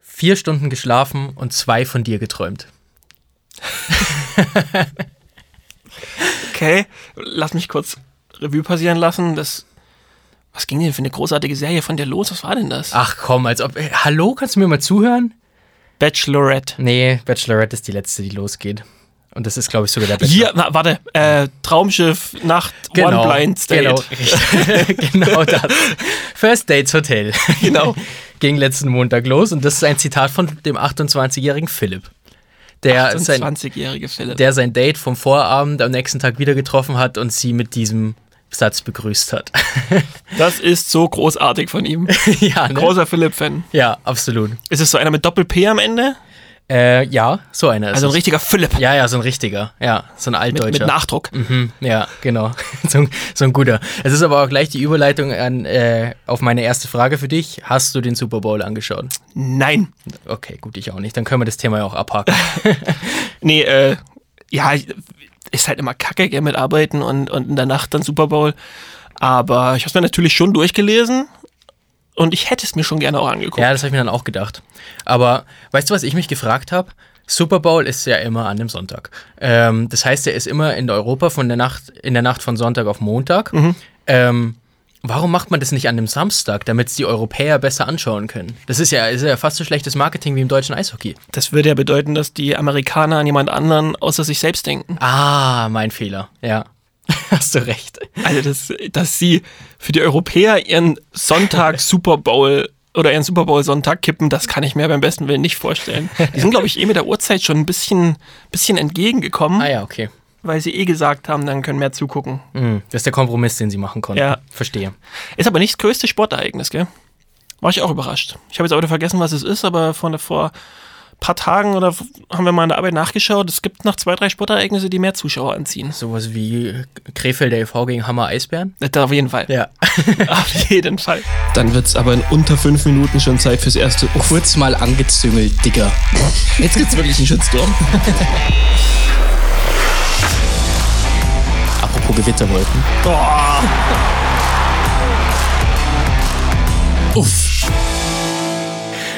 vier Stunden geschlafen und zwei von dir geträumt. Okay, lass mich kurz Revue passieren lassen. Das, was ging denn für eine großartige Serie von dir los? Was war denn das? Ach komm, als ob. Äh, hallo, kannst du mir mal zuhören? Bachelorette. Nee, Bachelorette ist die letzte, die losgeht. Und das ist, glaube ich, sogar der Bachelor. Hier, na, warte, äh, Traumschiff, Nacht, One Blind Date. Genau, richtig. genau das. First Dates Hotel. Genau. Ging letzten Montag los und das ist ein Zitat von dem 28-jährigen Philipp. Der sein, 20-jährige Philipp. der sein Date vom Vorabend am nächsten Tag wieder getroffen hat und sie mit diesem Satz begrüßt hat. das ist so großartig von ihm. ja, ne? Großer Philipp-Fan. ja, absolut. Ist es so einer mit Doppel-P am Ende? Äh, ja, so einer ist Also ein es. richtiger Philipp. Ja, ja, so ein richtiger. Ja, so ein Mit, altdeutscher. mit Nachdruck. Mhm, ja, genau. So, ein- so ein guter. Es ist aber auch gleich die Überleitung an, äh, auf meine erste Frage für dich. Hast du den Super Bowl angeschaut? Nein. Okay, gut, ich auch nicht. Dann können wir das Thema ja auch abhaken. Nee, äh, ja, ist halt immer kacke, gell, mit Arbeiten und, und in der Nacht dann Super Bowl. Aber ich habe es mir natürlich schon durchgelesen und ich hätte es mir schon gerne auch angeguckt. ja, das habe ich mir dann auch gedacht. Aber weißt du, was ich mich gefragt habe? Super Bowl ist ja immer an dem Sonntag. Ähm, das heißt, er ist immer in Europa von der Nacht, in der Nacht von Sonntag auf Montag. Ähm, warum macht man das nicht an dem Samstag, damit es die Europäer besser anschauen können? Das ist ja, ist ja fast so schlechtes Marketing wie im deutschen Eishockey. Das würde ja bedeuten, dass die Amerikaner an jemand anderen außer sich selbst denken. Ah, mein Fehler. Ja. Hast du recht. Also, dass, dass sie für die Europäer ihren Sonntag Super Bowl oder ihren Super Bowl Sonntag kippen, das kann ich mir beim besten Willen nicht vorstellen. Die sind, glaube ich, eh mit der Uhrzeit schon ein bisschen, bisschen entgegengekommen, Ah ja, okay. weil sie eh gesagt haben, dann können mehr zugucken. Hm, das ist der Kompromiss, den sie machen konnten. Ja. Verstehe. Ist aber nicht das größte Sportereignis, gell? War ich auch überrascht. Ich habe jetzt auch wieder vergessen, was es ist, aber vor, vor ein paar Tagen oder f- haben wir mal in der Arbeit nachgeschaut. Es gibt noch zwei, drei Sportereignisse, die mehr Zuschauer anziehen. Sowas wie Krefelder e.V. gegen Hammer Eisbären? Das auf jeden Fall. Ja. Auf jeden Fall. Dann wird's aber in unter fünf Minuten schon Zeit fürs erste. Kurz mal angezüngelt, Digga. Jetzt gibt's wirklich einen Shitstorm. Apropos Gewitterwolken. Uff.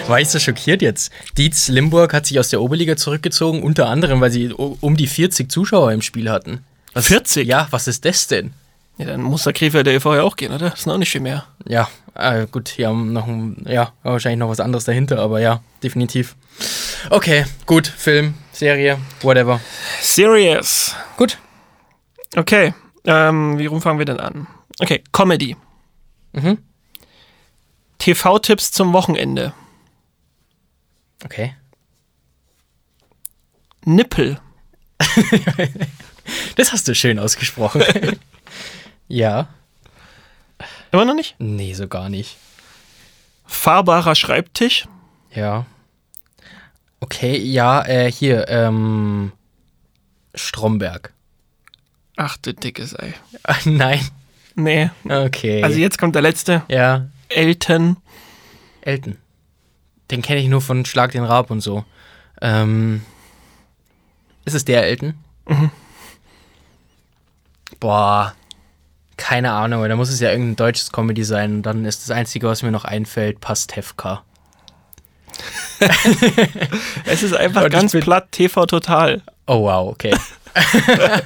War ich so schockiert jetzt? Dietz Limburg hat sich aus der Oberliga zurückgezogen, unter anderem, weil sie o- um die 40 Zuschauer im Spiel hatten. 40? Ja, was ist das denn? Ja, dann muss der Krefeld der EV ja auch gehen, oder? Das sind auch nicht viel mehr. Ja, äh, gut, die haben noch ein, ja, wahrscheinlich noch was anderes dahinter, aber ja, definitiv. Okay, gut, Film, Serie, whatever. Serious. Gut. Okay. Ähm, wie rum fangen wir denn an? Okay, Comedy. Mhm. TV-Tipps zum Wochenende. Okay. Nippel. Das hast du schön ausgesprochen. ja. Immer noch nicht? Nee, so gar nicht. Fahrbarer Schreibtisch. Ja. Okay, ja, äh, hier, ähm, Stromberg. Ach, du dickes Ei. Ah, Nein, Nee. okay. Also jetzt kommt der letzte. ja, Elton. Elton. Den kenne ich nur von Schlag den Rab und so. Ähm, ist es der Elton? Mhm. Boah, keine Ahnung, aber da muss es ja irgendein deutsches Comedy sein. Und dann ist das Einzige, was mir noch einfällt, Pastewka. Es ist einfach Und ich ganz bin- platt TV total. Oh wow, okay.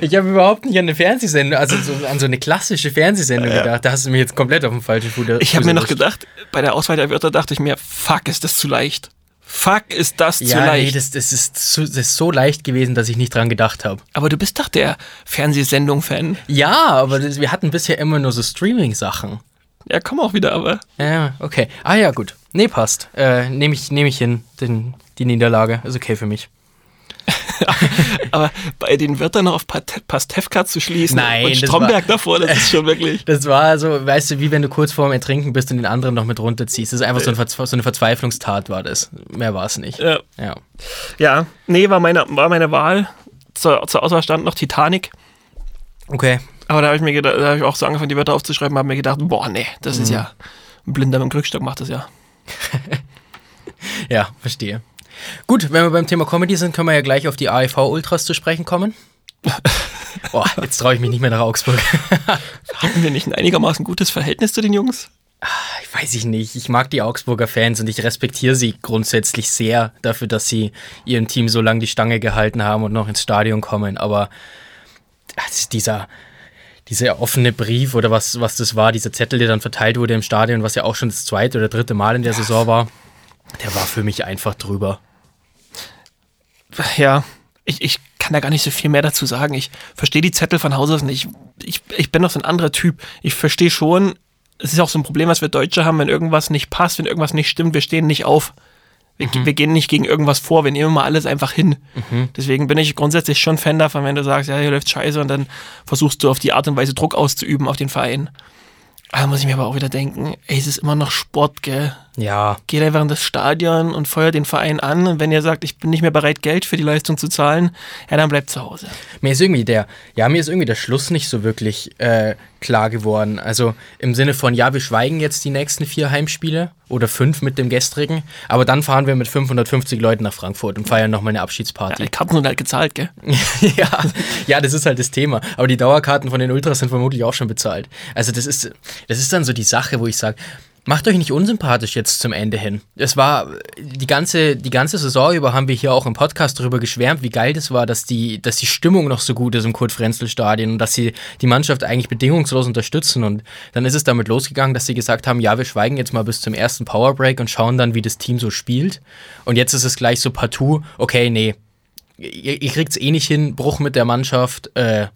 ich habe überhaupt nicht an eine Fernsehsendung, also so, an so eine klassische Fernsehsendung gedacht. Da hast du mich jetzt komplett auf den falschen Fuß Ich habe mir noch erwischt. gedacht, bei der Auswahl der Wörter dachte ich mir, fuck, ist das zu leicht. Fuck, ist das zu ja, leicht. nee, das, das, ist zu, das ist so leicht gewesen, dass ich nicht dran gedacht habe. Aber du bist doch der Fernsehsendung-Fan. Ja, aber das, wir hatten bisher immer nur so Streaming-Sachen. Ja, komm auch wieder, aber. Ja, okay. Ah ja, gut. Nee, passt. Äh, Nehme ich, nehm ich hin, den, die Niederlage. Ist okay für mich. Aber bei den Wörtern noch auf Pat- Pastewka zu schließen Nein, und das Stromberg davor, das ist schon wirklich. Das war so, weißt du, wie wenn du kurz vorm Ertrinken bist und den anderen noch mit runterziehst. Das ist einfach so, ein Verzwe so eine Verzweiflungstat war das. Mehr war es nicht. Ja, Ja. ja. nee, war meine, war meine Wahl. Zur, zur Auswahl stand noch Titanic. Okay. Aber da habe ich mir gedacht, da habe ich auch so angefangen, die Wörter aufzuschreiben, habe mir gedacht, boah, nee, das Mhm. ist ja. Ein Blinder mit dem Krückstock macht das ja. Ja, verstehe. Gut, wenn wir beim Thema Comedy sind, können wir ja gleich auf die AEV-Ultras zu sprechen kommen. Boah, jetzt traue ich mich nicht mehr nach Augsburg. Hatten wir nicht ein einigermaßen gutes Verhältnis zu den Jungs? Ich weiß ich nicht, ich mag die Augsburger Fans und ich respektiere sie grundsätzlich sehr dafür, dass sie ihrem Team so lange die Stange gehalten haben und noch ins Stadion kommen. Aber also dieser, dieser offene Brief oder was, was das war, dieser Zettel, der dann verteilt wurde im Stadion, was ja auch schon das zweite oder dritte Mal in der Saison war, der war für mich einfach drüber. Ja, ich, ich kann da gar nicht so viel mehr dazu sagen. Ich verstehe die Zettel von Haus aus nicht. Ich, ich bin doch so ein anderer Typ. Ich verstehe schon, es ist auch so ein Problem, was wir Deutsche haben, wenn irgendwas nicht passt, wenn irgendwas nicht stimmt, wir stehen nicht auf. Wir, wir gehen nicht gegen irgendwas vor, wir nehmen mal alles einfach hin. Deswegen bin ich grundsätzlich schon Fan davon, wenn du sagst, ja, hier läuft scheiße und dann versuchst du auf die Art und Weise Druck auszuüben auf den Verein. Da muss ich mir aber auch wieder denken, ey, es ist immer noch Sport, gell? Ja, geht einfach in das Stadion und feuert den Verein an. Und wenn ihr sagt, ich bin nicht mehr bereit, Geld für die Leistung zu zahlen, ja, dann bleibt zu Hause. Mir ist irgendwie der, ja, mir ist irgendwie der Schluss nicht so wirklich äh, klar geworden. Also im Sinne von, ja, wir schweigen jetzt die nächsten vier Heimspiele oder fünf mit dem gestrigen, aber dann fahren wir mit 550 Leuten nach Frankfurt und feiern nochmal eine Ja, Abschiedsparty. die Karten sind halt gezahlt, gell? ja, ja, das ist halt das Thema. Aber die Dauerkarten von den Ultras sind vermutlich auch schon bezahlt. Also das ist, das ist dann so die Sache, wo ich sage, macht euch nicht unsympathisch jetzt zum Ende hin. Es war die ganze, die ganze Saison über haben wir hier auch im Podcast darüber geschwärmt, wie geil das war, dass die, dass die Stimmung noch so gut ist im Kurt-Frenzel-Stadion und dass sie die Mannschaft eigentlich bedingungslos unterstützen. Und dann ist es damit losgegangen, dass sie gesagt haben, ja, wir schweigen jetzt mal bis zum ersten Powerbreak und schauen dann, wie das Team so spielt. Und jetzt ist es gleich so partout, okay, nee, ihr, ihr kriegt es eh nicht hin, Bruch mit der Mannschaft, äh,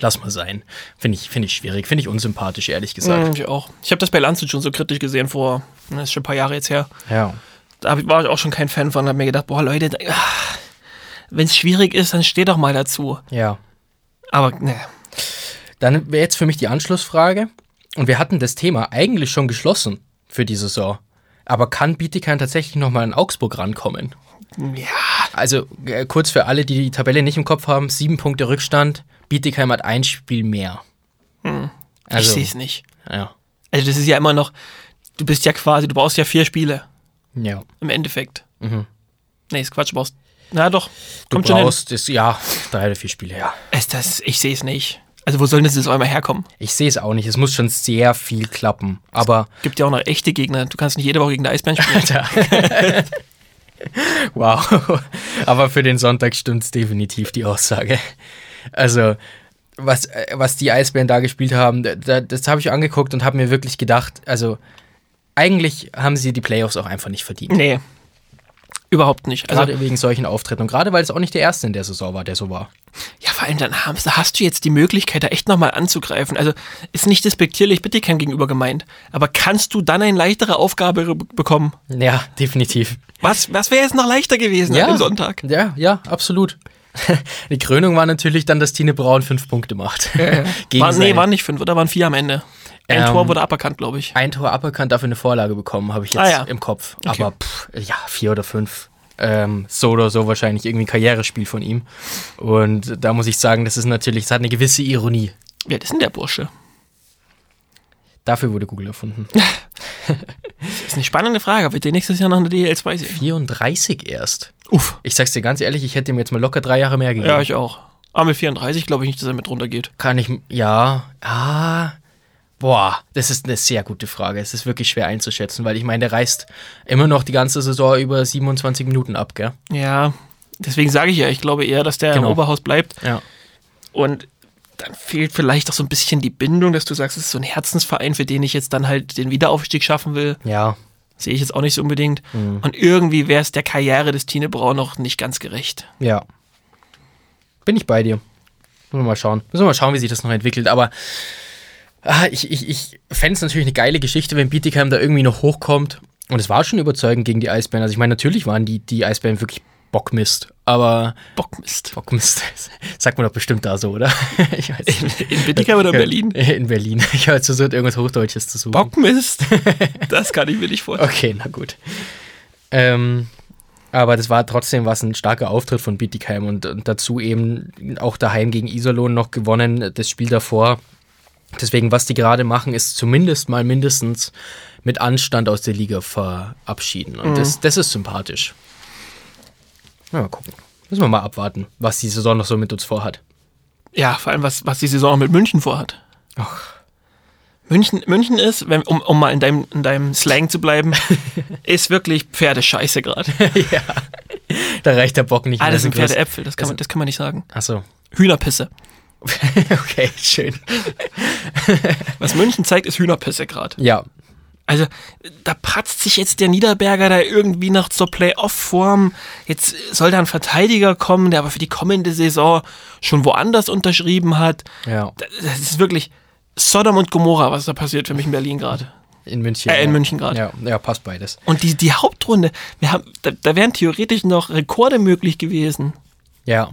lass mal sein. Finde ich, finde ich schwierig, finde ich unsympathisch, ehrlich gesagt. Mhm, ich auch. Ich habe das bei Lanzut schon so kritisch gesehen vor, na, ist schon ein paar Jahre jetzt her. Ja. Da hab ich- war ich auch schon kein Fan von, habe mir gedacht, boah, Leute, wenn es schwierig ist, dann steh doch mal dazu. Ja. Aber ne, Dann wäre jetzt für mich die Anschlussfrage. Und wir hatten das Thema eigentlich schon geschlossen für die Saison. Aber kann Bietigheim tatsächlich nochmal an Augsburg rankommen? ja, Also äh, kurz für alle, die die Tabelle nicht im Kopf haben, sieben Punkte Rückstand, Bietigheim hat ein Spiel mehr. Hm. ich Also, sehe es nicht. ja. Also das ist ja immer noch, du bist ja quasi, du brauchst ja vier Spiele ja. im Endeffekt. Mhm. Nee, ist Quatsch, du brauchst, na doch, Du kommt schon hin. brauchst, es, ja, drei oder vier Spiele, ja. Ist das, ich sehe es nicht. Also wo soll denn das jetzt auf einmal herkommen? Ich sehe es auch nicht. Es muss schon sehr viel klappen. Aber Gibt ja auch noch echte Gegner. Du kannst nicht jede Woche gegen den Eisbären spielen. wow. Aber für den Sonntag stimmt definitiv die Aussage. Also was, äh, was die Eisbären da gespielt haben, da- da, das habe ich angeguckt und habe mir wirklich gedacht, also eigentlich haben sie die Playoffs auch einfach nicht verdient. nee. Überhaupt nicht. Also, Gerade wegen solchen Auftritten und gerade weil es auch nicht der erste in der Saison war, der so war. ja, vor allem dann hast, hast du jetzt die Möglichkeit, da echt nochmal anzugreifen. Also, ist nicht despektierlich Bittigheim gegenüber gemeint. Aber kannst du dann eine leichtere Aufgabe re- bekommen? Ja, definitiv. Was, was wäre jetzt noch leichter gewesen an dem Sonntag? Ja, ja, absolut. Die Krönung war natürlich dann, dass Tine Braun fünf Punkte macht. Gegen War, nee, seine- waren nicht fünf, oder? Waren vier am Ende. Ein Ähm, Tor wurde aberkannt, glaube ich. ein Tor aberkannt, dafür eine Vorlage bekommen, habe ich jetzt Ah, ja. im Kopf. Aber pff, ja, vier oder fünf. Ähm, so oder so wahrscheinlich irgendwie ein Karrierespiel von ihm. Und da muss ich sagen, das ist natürlich, es hat eine gewisse Ironie. Wer ist denn der Bursche? Dafür wurde Google erfunden. Das ist eine spannende Frage. Wird der nächstes Jahr noch eine DL2 sehen? 34 erst. Uff. Ich sag's dir ganz ehrlich, ich hätte ihm jetzt mal locker drei Jahre mehr gegeben. Ja, ich auch. Aber mit 34 glaube ich nicht, dass er mit runtergeht. Kann ich, ja, ah, boah, das ist eine sehr gute Frage. Es ist wirklich schwer einzuschätzen, weil ich meine, der reißt immer noch die ganze Saison über 27 Minuten ab, gell? Ja, deswegen sage ich ja, ich glaube eher, dass der Genau. im Oberhaus bleibt. Ja. Und dann fehlt vielleicht auch so ein bisschen die Bindung, dass du sagst, es ist so ein Herzensverein, für den ich jetzt dann halt den Wiederaufstieg schaffen will. Ja, Sehe ich jetzt auch nicht so unbedingt. Und irgendwie wäre es der Karriere des Tine Braun noch nicht ganz gerecht. Ja. Bin ich bei dir. Müssen wir mal schauen. Müssen wir mal schauen, wie sich das noch entwickelt. Aber ah, ich, ich, ich fände es natürlich eine geile Geschichte, wenn Bietigheim da irgendwie noch hochkommt. Und es war schon überzeugend gegen die Eisbären. Also ich meine, natürlich waren die, die Eisbären wirklich Bockmist. Aber Bockmist. Bockmist sagt man doch bestimmt da so, oder? Ich weiß nicht. In Bittigheim oder in Berlin? In Berlin. Ich habe jetzt versucht, irgendwas Hochdeutsches zu suchen. Bockmist? Das kann ich mir nicht vorstellen. Okay, na gut. Ähm, aber das war trotzdem was ein starker Auftritt von Bietigheim und, und dazu eben auch daheim gegen Iserlohn noch gewonnen, das Spiel davor. Deswegen, was die gerade machen, ist zumindest mal mindestens mit Anstand aus der Liga verabschieden. Mhm. Und das, das ist sympathisch. Na, mal gucken. Müssen wir mal abwarten, was die Saison noch so mit uns vorhat. Ja, vor allem, was, was die Saison noch mit München vorhat. München, München ist, wenn, um, um mal in deinem, in deinem Slang zu bleiben, ist wirklich Pferdescheiße gerade. ja. Da reicht der Bock nicht Ah, das so sind groß. Pferdeäpfel, das kann, man, das kann man nicht sagen. Ach so. Hühnerpisse. okay, schön. Was München zeigt, ist Hühnerpisse gerade. Ja. Also, da patzt sich jetzt der Niederberger da irgendwie nach zur Playoff-Form. Jetzt soll da ein Verteidiger kommen, der aber für die kommende Saison schon woanders unterschrieben hat. Ja. Das das ist wirklich Sodom und Gomorra, was da passiert für mich in Berlin gerade. In München. Äh, in ja. München gerade. Ja, ja, passt beides. Und die, die Hauptrunde, wir haben, da, da wären theoretisch noch Rekorde möglich gewesen. Ja.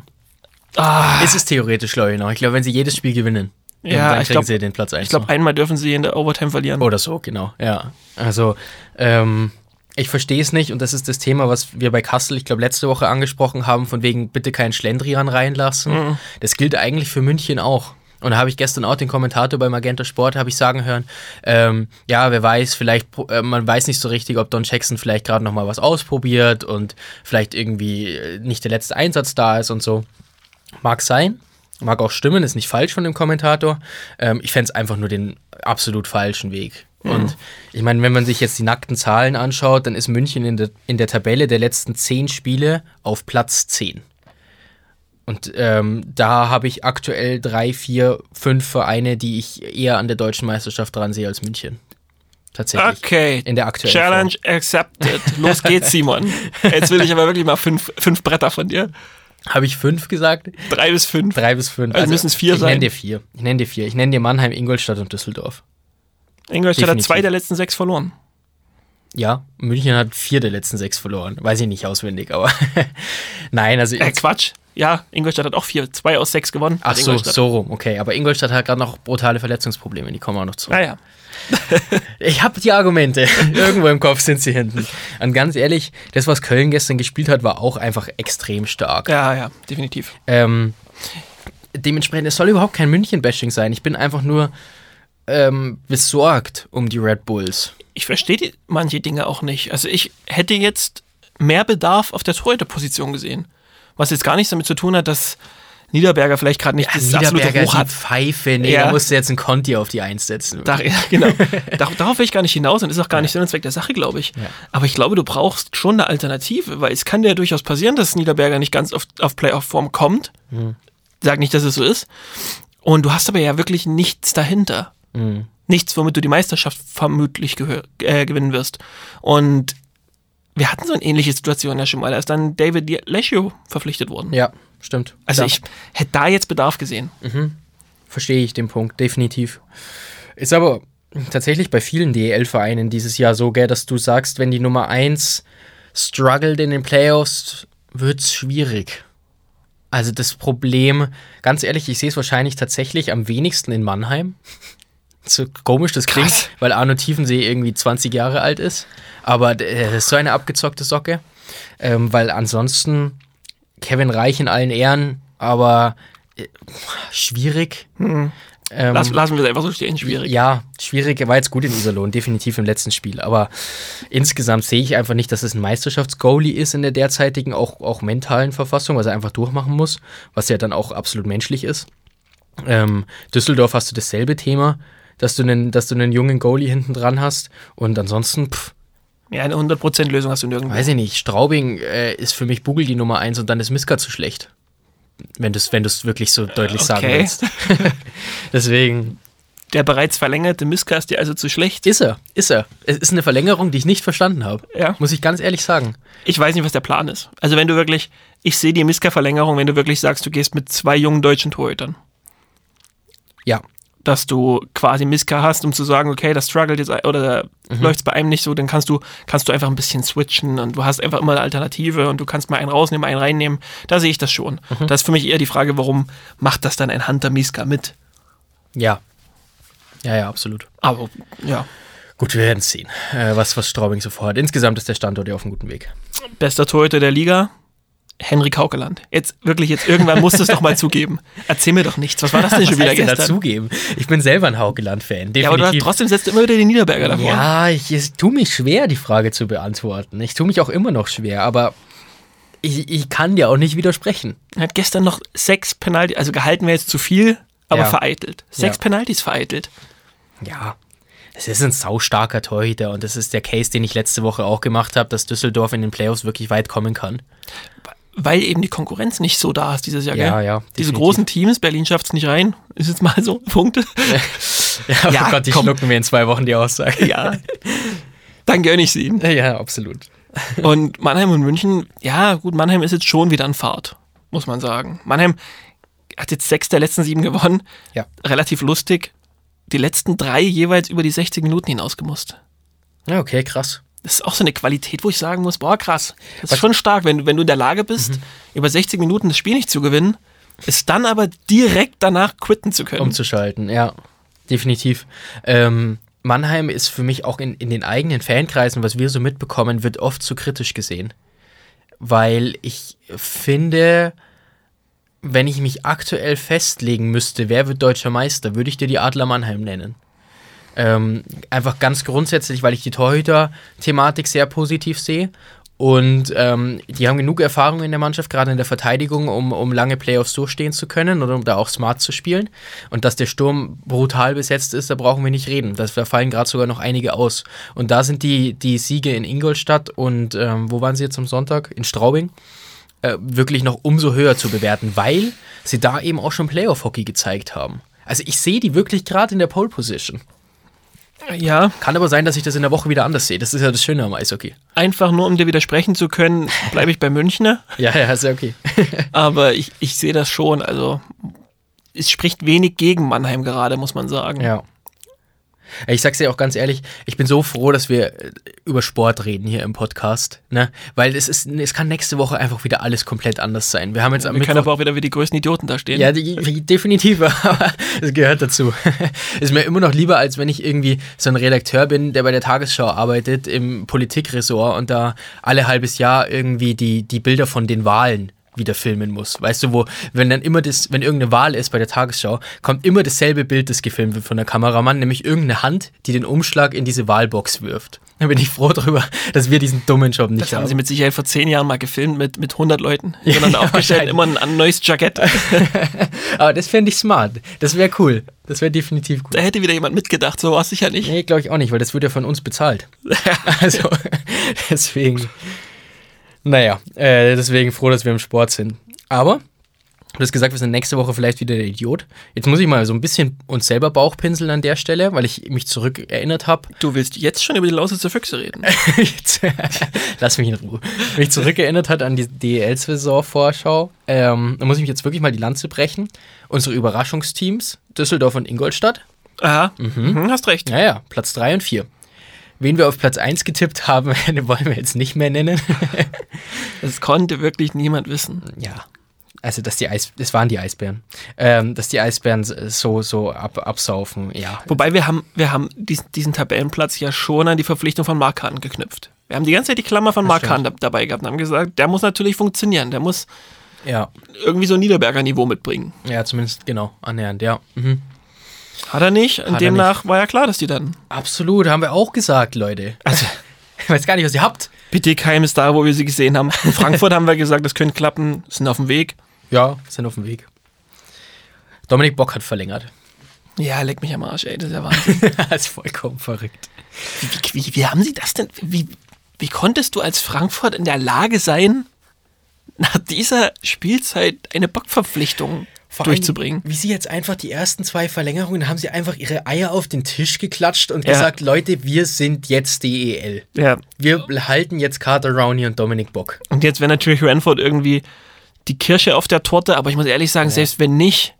Ah, Ist es theoretisch, glaube ich, noch. Ich glaube, wenn sie jedes Spiel gewinnen, dann- Ja, dann kriegen ich glaub- sie den Platz 1. ich glaube, einmal dürfen sie in der Overtime verlieren. Oder so, genau. Ja. Also, ähm, ich verstehe es nicht und das ist das Thema, was wir bei Kassel, ich glaube, letzte Woche angesprochen haben, von wegen bitte keinen Schlendrian reinlassen. Das gilt eigentlich für München auch. Und da habe ich gestern auch den Kommentator bei Magenta Sport, habe ich sagen hören, ähm, ja, wer weiß, vielleicht, pro- äh, man weiß nicht so richtig, ob Don Jackson vielleicht gerade nochmal was ausprobiert und vielleicht irgendwie äh, nicht der letzte Einsatz da ist und so. Mag sein, mag auch stimmen, ist nicht falsch von dem Kommentator. Ähm, ich fände es einfach nur den absolut falschen Weg. Mhm. Und ich meine, wenn man sich jetzt die nackten Zahlen anschaut, dann ist München in der, in der Tabelle der letzten zehn Spiele auf Platz 10. Und ähm, da habe ich aktuell drei, vier, fünf Vereine, die ich eher an der deutschen Meisterschaft dran sehe als München. Tatsächlich. Okay. In der aktuellen Challenge accepted. Los geht's, Simon. Jetzt will ich aber wirklich mal fünf, fünf Bretter von dir. Habe ich fünf gesagt? Drei bis fünf. Drei bis fünf. Also müssen's vier ich sein. Ich nenne dir vier. Ich nenne dir vier. Ich nenne dir Mannheim, Ingolstadt und Düsseldorf. Ingolstadt hat Definitiv. zwei der letzten sechs verloren. Ja, München hat vier der letzten sechs verloren. Weiß ich nicht auswendig, aber nein, also. Äh, Quatsch. Ja, Ingolstadt hat auch vier. Zwei aus sechs gewonnen. Ach Hat so, Ingolstadt. so rum, okay. Aber Ingolstadt hat gerade noch brutale Verletzungsprobleme, die kommen auch noch zurück. Naja. Ich habe die Argumente. Irgendwo im Kopf sind sie hinten. Und ganz ehrlich, das, was Köln gestern gespielt hat, war auch einfach extrem stark. Ja, ja, definitiv. Ähm, dementsprechend, es soll überhaupt kein München-Bashing sein. Ich bin einfach nur ähm, besorgt um die Red Bulls. Ich verstehe die- manche Dinge auch nicht. Also ich hätte jetzt mehr Bedarf auf der Torhüterposition gesehen. Was jetzt gar nichts damit zu tun hat, dass Niederberger vielleicht gerade nicht das absolute Niederberger Hoch die hat. Pfeife, nee, Ja. da musst du jetzt einen Conti auf die Eins setzen. Da, ja, genau. Dar darauf will ich gar nicht hinaus und ist auch gar nicht Sinn und Zweck der Sache, glaube ich. Aber ich glaube, du brauchst schon eine Alternative, weil es kann ja durchaus passieren, dass Niederberger nicht ganz auf, auf Playoff-Form kommt. Hm. Sag nicht, dass es so ist. Und du hast aber ja wirklich nichts dahinter. Hm. Nichts, womit du die Meisterschaft vermutlich gehö- äh, gewinnen wirst. Und wir hatten so eine ähnliche Situation ja schon mal, als dann David Lesio verpflichtet worden. Ja, stimmt. Also Klar. ich hätte da jetzt Bedarf gesehen. verstehe ich den Punkt, definitiv. Ist aber tatsächlich bei vielen DEL-Vereinen dieses Jahr so, gell, dass du sagst, wenn die Nummer 1 struggelt in den Playoffs, wird's schwierig. Also das Problem, ganz ehrlich, ich sehe es wahrscheinlich tatsächlich am wenigsten in Mannheim. So komisch das klingt, Krass. weil Arno Tiefensee irgendwie 20 Jahre alt ist. Aber äh, das ist so eine abgezockte Socke. Ähm, weil ansonsten Kevin Reich in allen Ehren, aber äh, schwierig. Ähm, Hm. Lass, lassen wir es einfach so stehen, schwierig. ja, schwierig. Er war jetzt gut in Iserlohn, definitiv im letzten Spiel. Aber insgesamt sehe ich einfach nicht, dass es ein Meisterschaftsgoalie ist in der derzeitigen, auch, auch mentalen Verfassung, was er einfach durchmachen muss, was ja dann auch absolut menschlich ist. Ähm, Düsseldorf hast du dasselbe Thema, dass du einen, dass du einen jungen Goalie hinten dran hast. Und ansonsten, pff, Ja, eine 100%-Lösung hast du nirgendwo. weiß ich nicht, Straubing äh, ist für mich Bugel die Nummer eins und dann ist Miska zu schlecht. Wenn du es wenn du's wirklich so deutlich sagen okay. willst. Deswegen, Der bereits verlängerte Miska ist dir also zu schlecht. Ist er, ist er. Es ist eine Verlängerung, die ich nicht verstanden habe. Ja. Muss ich ganz ehrlich sagen. Ich weiß nicht, was der Plan ist. Also wenn du wirklich, ich sehe die Miska-Verlängerung, wenn du wirklich sagst, du gehst mit zwei jungen deutschen Torhütern, Ja. dass du quasi Miska hast, um zu sagen, okay, das struggelt jetzt ein- oder läuft es bei einem nicht so, dann kannst du, kannst du einfach ein bisschen switchen und du hast einfach immer eine Alternative und du kannst mal einen rausnehmen, einen reinnehmen. Da sehe ich das schon. Das ist für mich eher die Frage, warum macht das dann ein Hunter Miska mit? Ja. Ja, ja, absolut. Aber ja, Gut, wir werden es sehen, äh, was, was Straubing so vorhat. Insgesamt ist der Standort ja auf einem guten Weg. bester Torhüter der Liga, Henrik Haukeland. Jetzt wirklich, jetzt irgendwann musst du es doch mal zugeben. Erzähl mir doch nichts. Was war das denn schon wieder heißt denn gestern? dazugeben? Ich bin selber ein Haukeland-Fan, definitiv. Ja, aber du hast, trotzdem setzt du immer wieder den Niederberger davor. Ja, ich, es tue mich schwer, die Frage zu beantworten. Ich tue mich auch immer noch schwer, aber ich, ich kann dir auch nicht widersprechen. Er hat gestern noch sechs Penalties, also gehalten wäre jetzt zu viel, aber Ja. vereitelt. Sechs Ja. Penalties vereitelt. ja, es ist ein saustarker Torhüter und das ist der Case, den ich letzte Woche auch gemacht habe, dass Düsseldorf in den Playoffs wirklich weit kommen kann. Weil eben die Konkurrenz nicht so da ist dieses Jahr, Ja, gell? ja, Diese definitiv. großen Teams, Berlin schafft es nicht rein, ist jetzt mal so, Punkte. Ja, Ja, oh Gott, die komm. schlucken mir in zwei Wochen die Aussage. ja. Dann gönne ich sie ihnen. Ja, absolut. Und Mannheim und München, ja, gut, Mannheim ist jetzt schon wieder in Fahrt, muss man sagen. Mannheim hat jetzt sechs der letzten sieben gewonnen. Ja. Relativ lustig. Die letzten drei jeweils über die 60 Minuten hinausgemusst. Ja, okay, krass. Das ist auch so eine Qualität, wo ich sagen muss, boah, krass. Das ist schon stark, wenn, du- wenn du in der Lage bist, über 60 Minuten das Spiel nicht zu gewinnen, es dann aber direkt danach quitten zu können. Umzuschalten, ja, definitiv. Ähm, Mannheim ist für mich auch in, in den eigenen Fankreisen, was wir so mitbekommen, wird oft zu kritisch gesehen. Weil ich finde, wenn ich mich aktuell festlegen müsste, wer wird deutscher Meister, würde ich dir die Adler Mannheim nennen. Ähm, einfach ganz grundsätzlich, weil ich die Torhüter-Thematik sehr positiv sehe. Und ähm, die haben genug Erfahrung in der Mannschaft, gerade in der Verteidigung, um, um lange Playoffs durchstehen zu können oder um da auch smart zu spielen. Und dass der Sturm brutal besetzt ist, da brauchen wir nicht reden. Das, da fallen gerade sogar noch einige aus. Und da sind die, die Siege in Ingolstadt und ähm, wo waren sie jetzt am Sonntag? In Straubing äh, wirklich noch umso höher zu bewerten, weil sie da eben auch schon Playoff-Hockey gezeigt haben. Also ich sehe die wirklich gerade in der Pole-Position. Ja, Kann aber sein, dass ich das in der Woche wieder anders sehe. Das ist ja das Schöne am Eishockey. einfach nur um dir widersprechen zu können, bleibe ich bei Münchner. Ja, ja, ist ja okay. Aber ich, ich sehe das schon. Also, es spricht wenig gegen Mannheim gerade, muss man sagen. Ja. Ich sag's dir auch ganz ehrlich, ich bin so froh, dass wir äh, über Sport reden hier im Podcast, ne? Weil es ist, es kann nächste Woche einfach wieder alles komplett anders sein. Wir haben jetzt am Wir können Mittwoch aber auch wieder wie die größten Idioten da stehen. Ja, die, die, definitiv, aber es gehört dazu. Ist mir immer noch lieber, als wenn ich irgendwie so ein Redakteur bin, der bei der Tagesschau arbeitet im Politikressort und da alle halbes Jahr irgendwie die, die Bilder von den Wahlen wieder filmen muss. Weißt du, wo, wenn dann immer das, wenn irgendeine Wahl ist bei der Tagesschau, kommt immer dasselbe Bild, das gefilmt wird von der Kameramann, nämlich irgendeine Hand, die den Umschlag in diese Wahlbox wirft. Da bin ich froh darüber, dass wir diesen dummen Job nicht Das haben haben. sie mit Sicherheit vor zehn Jahren mal gefilmt mit, mit 100 Leuten. Die haben dann ja, aufgestellt, immer ein, ein neues Jackett. Aber das fände ich smart. Das wäre cool. Das wäre definitiv cool. Da hätte wieder jemand mitgedacht, so war es sicher nicht. Nee, glaube ich auch nicht, weil das wird ja von uns bezahlt. also, deswegen. Naja, äh, deswegen froh, dass wir im Sport sind. Aber, du hast gesagt, wir sind nächste Woche vielleicht wieder der Idiot. Jetzt muss ich mal so ein bisschen uns selber Bauchpinseln an der Stelle, weil ich mich zurückerinnert habe. Du willst jetzt schon über die Lausitzer Füchse reden. Jetzt- Lass mich in Ruhe. Mich zurückerinnert hat an die DEL-Saison-Vorschau. Ähm, da muss ich mich jetzt wirklich mal die Lanze brechen. Unsere Überraschungsteams, Düsseldorf und Ingolstadt, Aha, mhm. hast recht. Naja, Platz 3 und 4. Wen wir auf Platz 1 getippt haben, den wollen wir jetzt nicht mehr nennen. Das konnte wirklich niemand wissen. Ja. Also, dass die Eis, das waren die Eisbären. Ähm, dass die Eisbären so, so ab, absaufen, ja. Wobei wir haben, wir haben diesen, diesen Tabellenplatz ja schon an die Verpflichtung von Markan geknüpft. Wir haben die ganze Zeit die Klammer von Markan da, dabei gehabt und haben gesagt, der muss natürlich funktionieren, der muss Ja, irgendwie so ein Niederberger Niveau mitbringen. ja zumindest, genau, annähernd, ja. Mhm. Hat er nicht, und Hat er demnach war ja klar, dass die dann. Absolut, haben wir auch gesagt, Leute. Also, ich weiß gar nicht, was ihr habt. Bietigheim ist da, wo wir sie gesehen haben. In Frankfurt haben wir gesagt, das könnte klappen, sind auf dem Weg. Ja, sind auf dem Weg. Dominik Bock hat verlängert. Ja, leck mich am Arsch, ey, das ist ja Wahnsinn. das ist vollkommen verrückt. wie, wie, wie haben sie das denn? Wie, wie konntest du als Frankfurt in der Lage sein, nach dieser Spielzeit eine Bockverpflichtung Vor allem, durchzubringen? Wie sie jetzt einfach die ersten zwei Verlängerungen haben sie einfach ihre Eier auf den Tisch geklatscht und Ja. gesagt, Leute, wir sind jetzt DEL. Ja. Wir halten jetzt Carter Rowney und Dominic Bock. Und jetzt wäre natürlich Renford irgendwie die Kirsche auf der Torte, aber ich muss ehrlich sagen, selbst wenn nicht,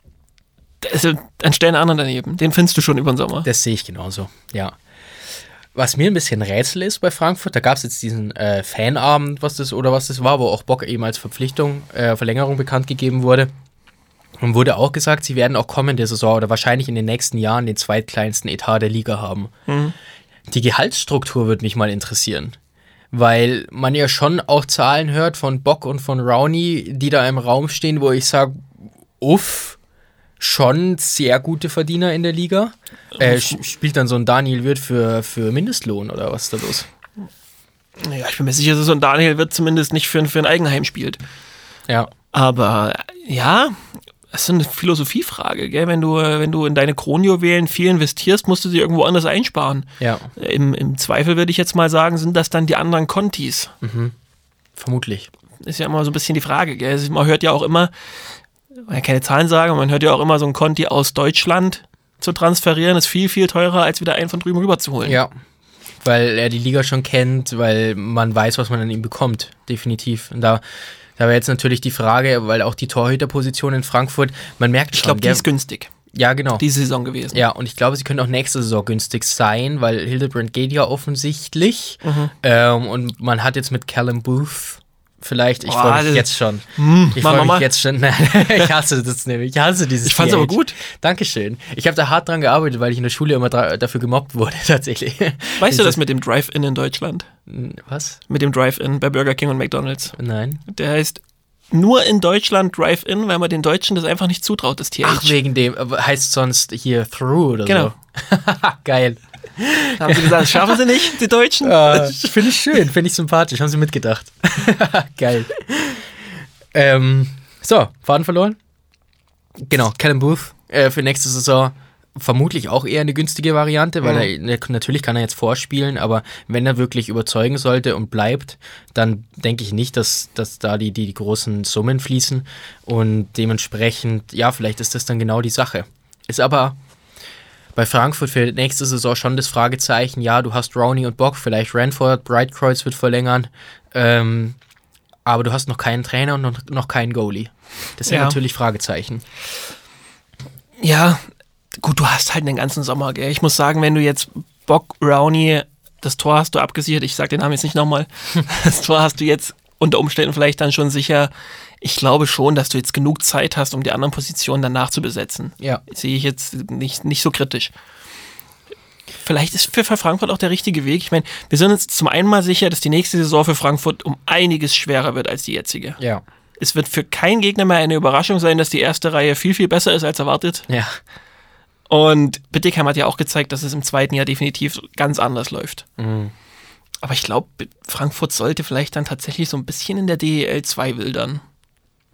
also, dann stell einen anderen daneben. Den findest du schon über den Sommer. Das sehe ich genauso, ja. Was mir ein bisschen Rätsel ist bei Frankfurt, da gab es jetzt diesen äh, Fanabend, was das oder was das war, wo auch Bock eben als Verpflichtung, äh, Verlängerung bekannt gegeben wurde. Und wurde auch gesagt, sie werden auch kommende Saison oder wahrscheinlich in den nächsten Jahren den zweitkleinsten Etat der Liga haben. Die Gehaltsstruktur würde mich mal interessieren. Weil man ja schon auch Zahlen hört von Bock und von Rowney, die da im Raum stehen, wo ich sage, uff, schon sehr gute Verdiener in der Liga. Äh, sch- spielt dann so ein Daniel Wirth für, für Mindestlohn oder was ist da los? Ja, ich bin mir sicher, so ein Daniel wird zumindest nicht für, ein- für ein Eigenheim spielt. Ja. Aber äh, ja, Das ist eine Philosophiefrage, gell? Wenn du, äh, wenn du in deine Kronjuwelen viel investierst, musst du sie irgendwo anders einsparen. Ja. Äh, Im, Im Zweifel würde ich jetzt mal sagen, sind das dann die anderen Contis. Vermutlich. Ist ja immer so ein bisschen die Frage, gell? Also Man hört ja auch immer, man kann keine Zahlen sagen, aber man hört ja auch immer, so ein Conti aus Deutschland zu transferieren ist viel, viel teurer, als wieder einen von drüben rüber zu holen. Ja. Weil er die Liga schon kennt, weil man weiß, was man an ihm bekommt. Definitiv. Und da, da wäre jetzt natürlich die Frage, weil auch die Torhüterposition in Frankfurt, man merkt Ich schon. glaube, die gell? ist günstig, ja, genau. diese Saison gewesen. Ja, und ich glaube, sie können auch nächste Saison günstig sein, weil Hildebrand geht ja offensichtlich. Mhm. Ähm, und man hat jetzt mit Callum Booth vielleicht, ich Boah, freue mich das- Hm, jetzt schon. ich mach freue mich mal. jetzt schon. Nein, ich hasse das nämlich. Ich hasse dieses Ich fand's aber TH. gut. Dankeschön. Ich habe da hart dran gearbeitet, weil ich in der Schule immer dra- dafür gemobbt wurde, tatsächlich. Weißt du das mit dem Drive-In in Deutschland? Was? Mit dem Drive-In bei Burger King und McDonalds. Nein. Der heißt nur in Deutschland Drive-In, weil man den Deutschen das einfach nicht zutraut, das TH. Ach, wegen dem. aber Heißt sonst hier Through oder Genau. so. Geil. Da haben sie gesagt, das schaffen sie nicht, die Deutschen. Äh, finde ich schön, finde ich sympathisch. Haben Sie mitgedacht. Geil. Ähm, so, Faden verloren. Genau, Callum Booth äh, für nächste Saison vermutlich auch eher eine günstige Variante, weil er, na- natürlich kann er jetzt vorspielen, aber wenn er wirklich überzeugen sollte und bleibt, dann denke ich nicht, dass, dass da die, die, die großen Summen fließen und dementsprechend, ja, vielleicht ist das dann genau die Sache. Ist aber bei Frankfurt für nächste Saison schon das Fragezeichen, ja, du hast Rowney und Bock, vielleicht Ranford, Breitkreuz wird verlängern, ähm, aber du hast noch keinen Trainer und noch, noch keinen Goalie. Das sind Ja. natürlich Fragezeichen. Ja, gut, du hast halt den ganzen Sommer, gell. Ich muss sagen, wenn du jetzt Bock Rowney, das Tor hast du abgesichert, ich sag den Namen jetzt nicht nochmal, das Tor hast du jetzt unter Umständen vielleicht dann schon sicher. Ich glaube schon, dass du jetzt genug Zeit hast, um die anderen Positionen danach zu besetzen. Ja. Sehe ich jetzt nicht, nicht so kritisch. Vielleicht ist für für Frankfurt auch der richtige Weg. Ich meine, wir sind uns zum einen mal sicher, dass die nächste Saison für Frankfurt um einiges schwerer wird als die jetzige. Ja. Es wird für keinen Gegner mehr eine Überraschung sein, dass die erste Reihe viel, viel besser ist als erwartet. Ja. Und Bittigheim hat ja auch gezeigt, dass es im zweiten Jahr definitiv ganz anders läuft. Aber ich glaube, Frankfurt sollte vielleicht dann tatsächlich so ein bisschen in der DEL 2 wildern.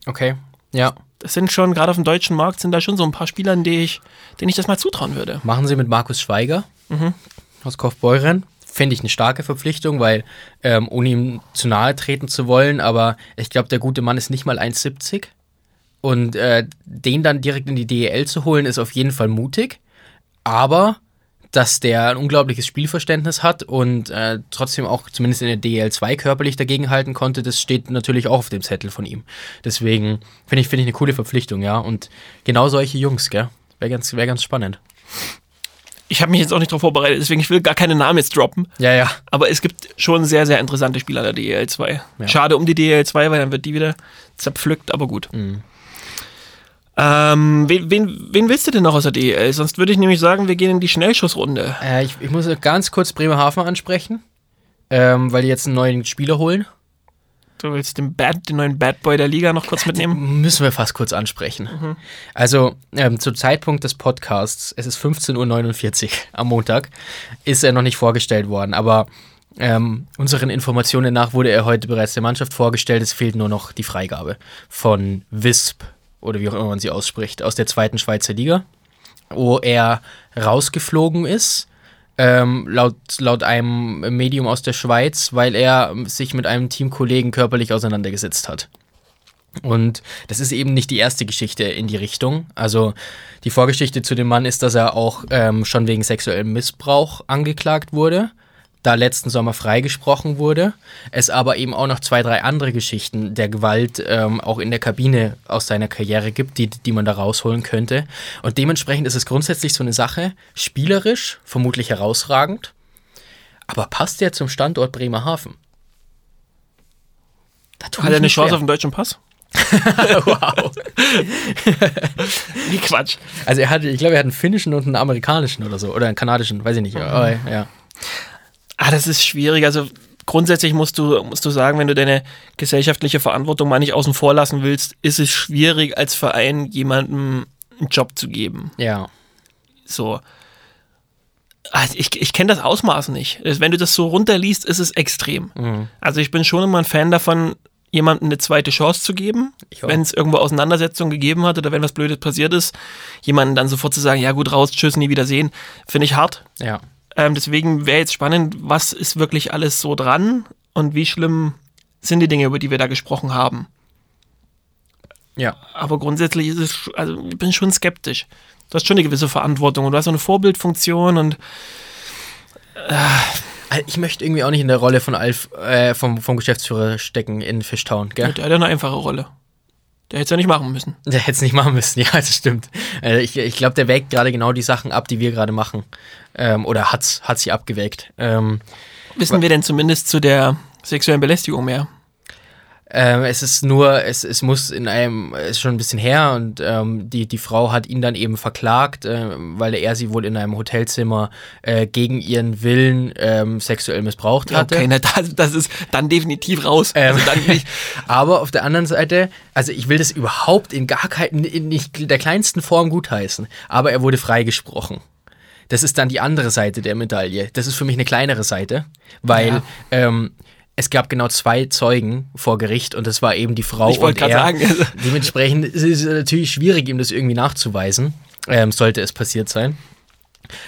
Okay. Ja. Das sind schon, gerade auf dem deutschen Markt, sind da schon so ein paar Spieler, denen ich, denen ich das mal zutrauen würde. Machen sie mit Markus Schweiger aus Kaufbeuren. Finde ich eine starke Verpflichtung, weil ähm, ohne ihm zu nahe treten zu wollen, aber ich glaube, der gute Mann ist nicht mal 1,70. Und äh, den dann direkt in die DEL zu holen, ist auf jeden Fall mutig. Aber dass der ein unglaubliches Spielverständnis hat und äh, trotzdem auch zumindest in der DEL 2 körperlich dagegenhalten konnte, das steht natürlich auch auf dem Zettel von ihm. Deswegen finde ich, finde ich eine coole Verpflichtung, ja. Und genau solche Jungs, gell? Wäre ganz, wär ganz spannend. Ich habe mich jetzt auch nicht darauf vorbereitet, deswegen ich will gar keine Namen jetzt droppen. Ja, ja. Aber es gibt schon sehr, sehr interessante Spieler der DEL 2. Ja. Schade um die DEL 2, weil dann wird die wieder zerpflückt, aber gut. Ähm, wen, wen, wen willst du denn noch aus der DEL? Sonst würde ich nämlich sagen, wir gehen in die Schnellschussrunde. Äh, ich, ich muss ganz kurz Bremerhaven ansprechen, ähm, weil die jetzt einen neuen Spieler holen. Du willst den, Bad, den neuen Bad Boy der Liga noch kurz mitnehmen? Müssen wir fast kurz ansprechen. Also ähm, zum Zeitpunkt des Podcasts, es ist 15.49 Uhr am Montag, ist er noch nicht vorgestellt worden, aber ähm, unseren Informationen nach wurde er heute bereits der Mannschaft vorgestellt. Es fehlt nur noch die Freigabe von WISP oder wie auch immer man sie ausspricht, aus der zweiten Schweizer Liga, wo er rausgeflogen ist. Ähm, laut, laut einem Medium aus der Schweiz, weil er ähm, sich mit einem Teamkollegen körperlich auseinandergesetzt hat. Und das ist eben nicht die erste Geschichte in die Richtung. Also die Vorgeschichte zu dem Mann ist, dass er auch ähm, schon wegen sexuellem Missbrauch angeklagt wurde, da letzten Sommer freigesprochen wurde. Es aber eben auch noch zwei, drei andere Geschichten der Gewalt ähm, auch in der Kabine aus seiner Karriere gibt, die, die man da rausholen könnte. Und dementsprechend ist es grundsätzlich so eine Sache, spielerisch, vermutlich herausragend, aber passt der zum Standort Bremerhaven? Da tue Hat ich er eine mich Chance schwer. auf den deutschen Pass? Wow. Wie Quatsch. Also er hatte, ich glaube, er hat einen finnischen und einen amerikanischen oder so. Oder einen kanadischen, weiß ich nicht. Aber, ja. Ah, das ist schwierig. Also grundsätzlich musst du, musst du sagen, wenn du deine gesellschaftliche Verantwortung mal nicht außen vor lassen willst, ist es schwierig, als Verein jemandem einen Job zu geben. Ja. So. Also ich ich kenne das Mhm. Ausmaß nicht. Also Wenn du das so runterliest, ist es extrem. Also ich bin schon immer ein Fan davon, jemandem eine zweite Chance zu geben, Ich auch. wenn es irgendwo Auseinandersetzungen gegeben hat oder wenn was Blödes passiert ist, jemanden dann sofort zu sagen, ja gut, raus, tschüss, nie wiedersehen, finde ich hart. Ja. Ähm, deswegen wäre jetzt spannend, was ist wirklich alles so dran und wie schlimm sind die Dinge, über die wir da gesprochen haben. Ja. Aber grundsätzlich ist es, sch- also ich bin schon skeptisch. Du hast schon eine gewisse Verantwortung und du hast so eine Vorbildfunktion und Also Ich möchte irgendwie auch nicht in der Rolle von Alf, äh, vom, vom Geschäftsführer stecken in Fishtown, gell? der hat ja eine einfache Rolle. Der hätte es ja nicht machen müssen. Der hätte es nicht machen müssen, ja, das stimmt. Äh, ich ich glaube, der wägt gerade genau die Sachen ab, die wir gerade machen. Ähm, oder hat's, hat sie abgewägt. Ähm, Wissen wir denn zumindest zu der sexuellen Belästigung mehr? ähm, es ist nur, es, es muss in einem, es ist schon ein bisschen her und ähm, die, die Frau hat ihn dann eben verklagt, ähm, weil er sie wohl in einem Hotelzimmer äh, gegen ihren Willen ähm, sexuell missbraucht hatte. Okay, na, das, das ist dann definitiv raus. Ähm, Also dann nicht. aber auf der anderen Seite, also ich will das überhaupt in gar kein, in nicht der kleinsten Form gutheißen, aber er wurde freigesprochen. Das ist dann die andere Seite der Medaille. Das ist für mich eine kleinere Seite, weil Ja. ähm, es gab genau zwei Zeugen vor Gericht und das war eben die Frau Ich und wollte er. gerade sagen, also- Dementsprechend ist es natürlich schwierig, ihm das irgendwie nachzuweisen, ähm, sollte es passiert sein.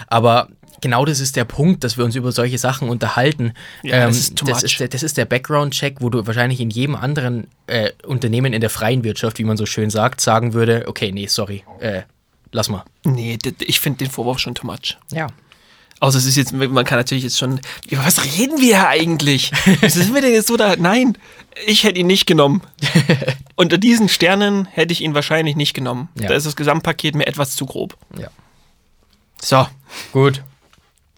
Aber genau das ist der Punkt, dass wir uns über solche Sachen unterhalten. Ähm, Ja, das ist too das, much. ist der, das ist der Background-Check, wo du wahrscheinlich in jedem anderen äh, Unternehmen in der freien Wirtschaft, wie man so schön sagt, sagen würde, okay, nee, sorry, äh, lass mal. Nee, d- d- ich finde den Vorwurf schon too much. Ja. Außer es ist jetzt, man kann natürlich jetzt schon, über was reden wir hier eigentlich? Was sind wir denn jetzt so da? Nein, ich hätte ihn nicht genommen. Unter diesen Sternen hätte ich ihn wahrscheinlich nicht genommen. Ja. Da ist das Gesamtpaket mir etwas zu grob. Ja. So, Gut.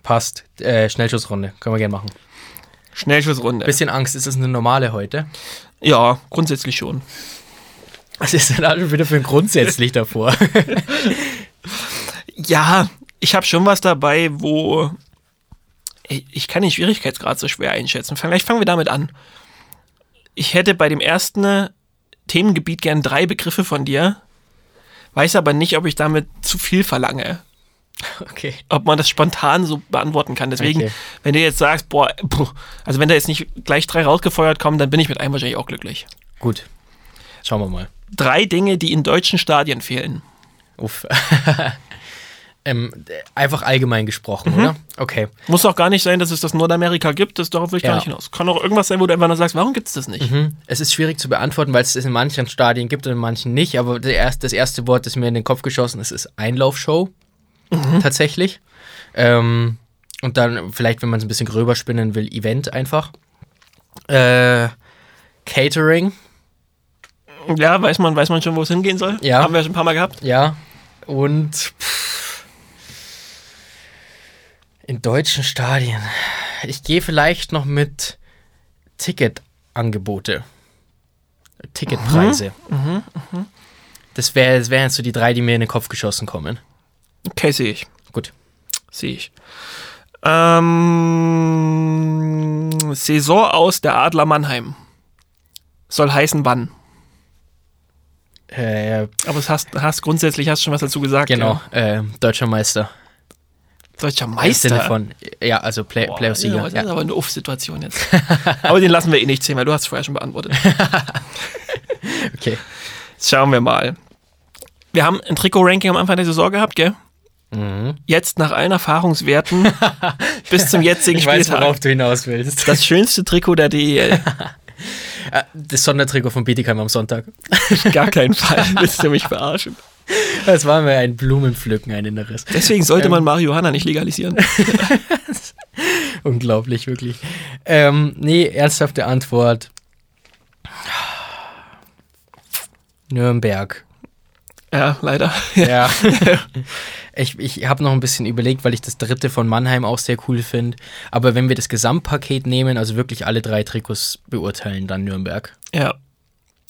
Passt. Äh, Schnellschussrunde. Können wir gerne machen. Schnellschussrunde. Bisschen Angst, ist das eine normale heute? ja, grundsätzlich schon. Was ist denn da schon wieder für ein grundsätzlich davor? Ja, ich habe schon was dabei, wo ich, ich kann den Schwierigkeitsgrad so schwer einschätzen. Vielleicht fangen wir damit an. Ich hätte bei dem ersten Themengebiet gern drei Begriffe von dir, weiß aber nicht, ob ich damit zu viel verlange, Okay. ob man das spontan so beantworten kann. Deswegen, Okay. wenn du jetzt sagst, boah, puh, also wenn da jetzt nicht gleich drei rausgefeuert kommen, dann bin ich mit einem wahrscheinlich auch glücklich. Gut. Schauen wir mal. Drei Dinge, die in deutschen Stadien fehlen. Uff. ähm, d- einfach allgemein gesprochen, oder? Okay. Muss auch gar nicht sein, dass es das in Nordamerika gibt, das darauf will ich Ja. gar nicht hinaus. Kann auch irgendwas sein, wo du einfach nur sagst, warum gibt es das nicht? Hm. Es ist schwierig zu beantworten, weil es es in manchen Stadien gibt und in manchen nicht. Aber der erst, das erste Wort, das mir in den Kopf geschossen ist, ist Einlaufshow. Tatsächlich. Ähm, und dann vielleicht, wenn man es ein bisschen gröber spinnen will, Event einfach. Äh, Catering, Ja, weiß man, weiß man schon, wo es hingehen soll. Ja. Haben wir schon ein paar Mal gehabt. ja. Und pff, in deutschen Stadien. Ich gehe vielleicht noch mit Ticketangebote. Ticketpreise. Mhm. Das wären das wär jetzt so die drei, die mir in den Kopf geschossen kommen. Okay, sehe ich. Gut. Sehe ich. Ähm, Saison aus der Adler Mannheim. Soll heißen wann. Äh, Aber es hast, hast grundsätzlich hast schon was dazu gesagt. genau, Ja. äh, deutscher Meister. Deutscher Im Meister. Sinne von, ja, also Play Boah, Playoff-Sieger. Das ist Ja. aber eine Uff-Situation jetzt. aber den lassen wir eh nicht zählen, weil du hast es vorher schon beantwortet. Okay. Schauen wir mal. Wir haben ein Trikot-Ranking am Anfang der Saison gehabt, gell? Mhm. Jetzt nach allen Erfahrungswerten bis zum jetzigen Ich weiß, Spieltag. worauf du hinaus willst. Das schönste Trikot der E DEL. Ah, Das Sondertrikot von Bietigheim am Sonntag. Gar keinen Fall. Willst du mich verarschen? Das war mir ein Blumenpflücken, ein inneres. Deswegen sollte Ähm. man Marihuana nicht legalisieren. Unglaublich, wirklich. Ähm, nee, ernsthafte Antwort. Nürnberg. Ja, leider. Ja. ich ich habe noch ein bisschen überlegt, weil ich das dritte von Mannheim auch sehr cool finde. Aber wenn wir das Gesamtpaket nehmen, also wirklich alle drei Trikots beurteilen, dann Nürnberg. Ja.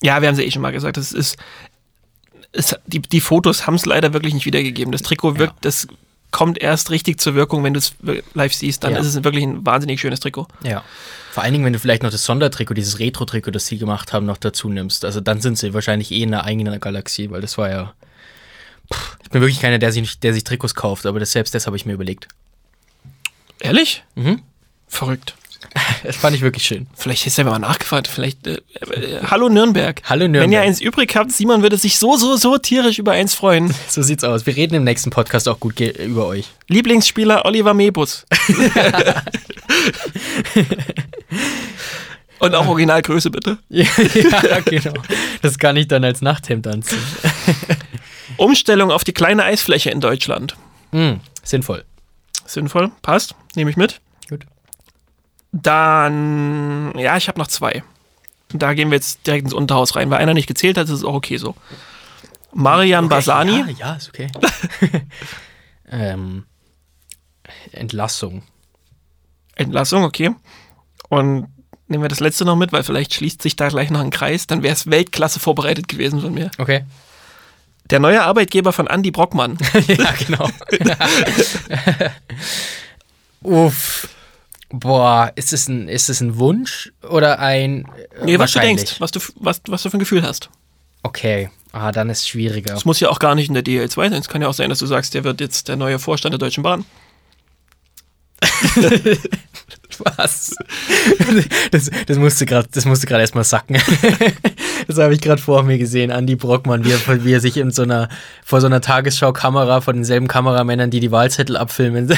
Ja, wir haben es ja eh schon mal gesagt. Das ist. Es, die, die Fotos haben es leider wirklich nicht wiedergegeben. Das Trikot wirkt, das kommt erst richtig zur Wirkung, wenn du es live siehst. Dann Ja. ist es wirklich ein wahnsinnig schönes Trikot. Ja. Vor allen Dingen, wenn du vielleicht noch das Sondertrikot, dieses Retro-Trikot, das sie gemacht haben, noch dazu nimmst. Also dann sind sie wahrscheinlich eh in einer eigenen Galaxie, weil das war ja. Puh, ich bin wirklich keiner, der sich, der sich Trikots kauft, aber das, selbst das habe ich mir überlegt. Ehrlich? Mhm. Verrückt. Das fand ich wirklich schön. Vielleicht ist er mal nachgefragt. Vielleicht. Äh, äh, hallo Nürnberg. Hallo Wenn ihr Nürnberg. eins übrig habt, Simon würde sich so, so, so tierisch über eins freuen. So sieht's aus. Wir reden im nächsten Podcast auch gut ge- über euch. Lieblingsspieler Oliver Mebus. Und auch Originalgröße bitte. ja, genau. Das kann ich dann als Nachthemd anziehen. Umstellung auf die kleine Eisfläche in Deutschland. Hm, sinnvoll. Sinnvoll, passt, nehme ich mit. Gut. Dann, ja, ich habe noch zwei. Da gehen wir jetzt direkt ins Unterhaus rein, weil einer nicht gezählt hat, ist es auch okay so. Marian Ja, Basani, ja, ist okay. ähm, Entlassung. Entlassung, okay. Und nehmen wir das letzte noch mit, weil vielleicht schließt sich da gleich noch ein Kreis, dann wäre es Weltklasse vorbereitet gewesen von mir. Okay. Der neue Arbeitgeber von Andy Brockmann. ja, genau. Uff. Boah, ist es ein, ist es ein Wunsch oder ein. äh, Nee, was du wahrscheinlich? denkst, was du, f- was, was du für ein Gefühl hast. Okay. Ah, dann ist es schwieriger. Das muss ja auch gar nicht in der DL2 sein. Es kann ja auch sein, dass du sagst, der wird jetzt der neue Vorstand der Deutschen Bahn. Was? Das, das musste gerade, das musste gerade erstmal sacken. Das habe ich gerade vor mir gesehen, Andy Brockmann, wie er, wie er sich in so einer, vor so einer Tagesschau-Kamera von denselben Kameramännern, die die Wahlzettel abfilmen,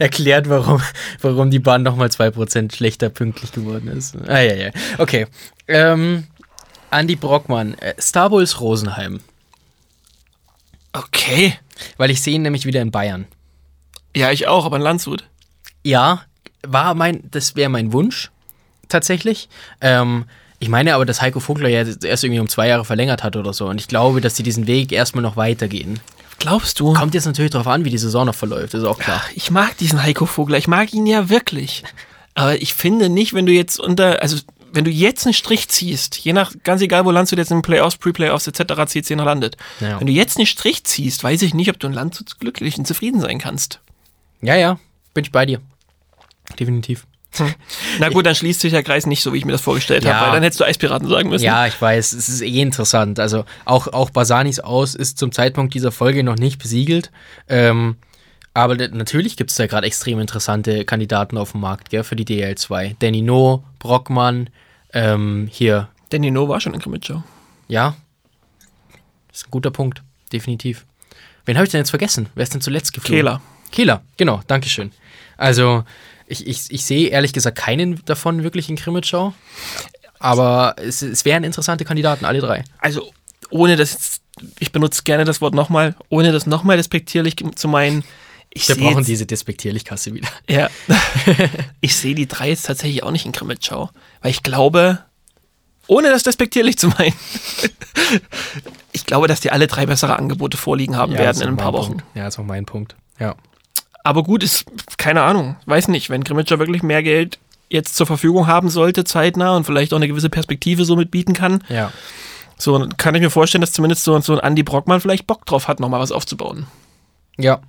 erklärt, warum, warum die Bahn nochmal 2% schlechter pünktlich geworden ist. Ah, ja, ja. Okay. Ähm, Andy Brockmann, äh, Star Bulls Rosenheim, Okay. weil ich sehe ihn nämlich wieder in Bayern. Ja, ich auch, aber in Landshut. Ja, war mein, das wäre mein Wunsch tatsächlich. Ähm, ich meine aber, dass Heiko Vogler ja jetzt erst irgendwie um zwei Jahre verlängert hat oder so. Und ich glaube, dass sie diesen Weg erstmal noch weitergehen. Glaubst du? Kommt jetzt natürlich darauf an, wie die Saison noch verläuft, ist auch klar. Ach, ich mag diesen Heiko Vogler. Ich mag ihn ja wirklich. Aber ich finde nicht, wenn du jetzt unter, also wenn du jetzt einen Strich ziehst, je nach, ganz egal, wo Landshut jetzt in den Playoffs, Pre-Playoffs etc. CC noch landet. Ja. Wenn du jetzt einen Strich ziehst, weiß ich nicht, ob du in Landshut glücklich und zufrieden sein kannst. Ja, ja, bin ich bei dir. Definitiv. Na gut, dann schließt sich der Kreis nicht so, wie ich mir das vorgestellt Ja. habe, weil dann hättest du Eispiraten sagen müssen. Ja, ich weiß, es ist eh interessant. Also auch, auch Basanis Aus ist zum Zeitpunkt dieser Folge noch nicht besiegelt. Ähm, aber de- natürlich gibt es da gerade extrem interessante Kandidaten auf dem Markt, gell, für die DL2. Danny No, Brockmann, ähm, hier, Danny No war schon in Grimmitschau. ja. Ist ein guter Punkt, definitiv. Wen habe ich denn jetzt vergessen? Wer ist denn zuletzt geflogen? Kehler. Kehler, genau, Dankeschön. Also, ich, ich, ich sehe ehrlich gesagt keinen davon wirklich in Krimitschau. Aber es, es wären interessante Kandidaten, alle drei. also ohne das, jetzt- ich benutze gerne das Wort nochmal, ohne das nochmal despektierlich zu meinen. Ich Wir sehe brauchen jetzt- diese Despektierlichkasse wieder. Ja. ich sehe die drei jetzt tatsächlich auch nicht in Grimmitschau, weil ich glaube, ohne das despektierlich zu meinen, ich glaube, dass die alle drei bessere Angebote vorliegen haben werden in ein paar Wochen. Punkt. Ja, ist auch mein Punkt. Ja. Aber gut, ist keine Ahnung, weiß nicht, wenn Grimmitschau wirklich mehr Geld jetzt zur Verfügung haben sollte, zeitnah und vielleicht auch eine gewisse Perspektive somit bieten kann, ja. so kann ich mir vorstellen, dass zumindest so, so ein Andy Brockmann vielleicht Bock drauf hat, nochmal was aufzubauen. Ja.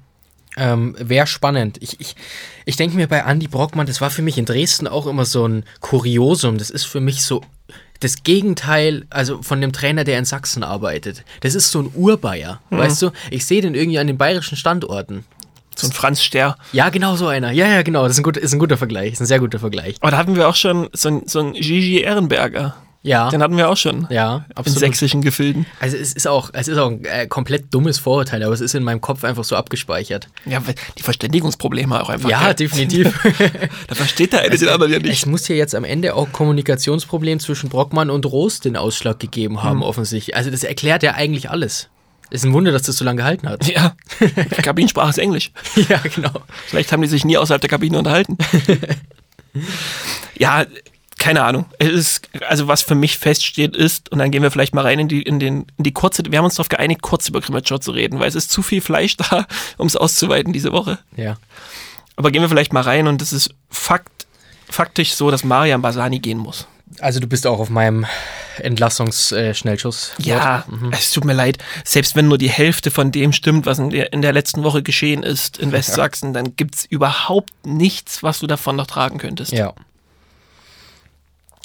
Ähm, Wäre spannend. Ich, ich, ich denke mir bei Andy Brockmann, das war für mich in Dresden auch immer so ein Kuriosum. Das ist für mich so das Gegenteil, also von dem Trainer, der in Sachsen arbeitet. Das ist so ein Urbayer, Mhm. weißt du? Ich sehe den irgendwie an den bayerischen Standorten. So ein Franz Ster. Ja, genau so einer. Ja, ja, genau. Das ist ein, gut, ist ein guter Vergleich. Ist ein sehr guter Vergleich. Aber da hatten wir auch schon so einen so einen Gigi Ehrenberger. Ja. Den hatten wir auch schon. Ja, Genau. In absolut. sächsischen Gefilden. Also es ist auch, es ist auch ein äh, komplett dummes Vorurteil, aber es ist in meinem Kopf einfach so abgespeichert. Ja, weil die Verständigungsprobleme auch einfach. Ja, gell? definitiv. Da versteht der eine den anderen ja nicht. es muss ja jetzt am Ende auch Kommunikationsproblem zwischen Brockmann und Roos den Ausschlag gegeben haben, offensichtlich. Also das erklärt ja eigentlich alles. Ist ein Wunder, dass das so lange gehalten hat. Ja, Kabinensprache ist Englisch. ja, genau. Vielleicht haben die sich nie außerhalb der Kabine unterhalten. ja, keine Ahnung. Es ist, also was für mich feststeht ist, und dann gehen wir vielleicht mal rein in die, in den, in die kurze, wir haben uns darauf geeinigt, kurz über Grimmatschow zu reden, weil es ist zu viel Fleisch da, um es auszuweiten diese Woche. Ja. Aber gehen wir vielleicht mal rein und es ist fakt, faktisch so, dass Marian Basani gehen muss. Also du bist auch auf meinem äh, Entlassungsschnellschuss. Ja, Mhm. es tut mir leid. Selbst wenn nur die Hälfte von dem stimmt, was in der, in der letzten Woche geschehen ist in Westsachsen, dann gibt's überhaupt nichts, was du davon noch tragen könntest. Ja.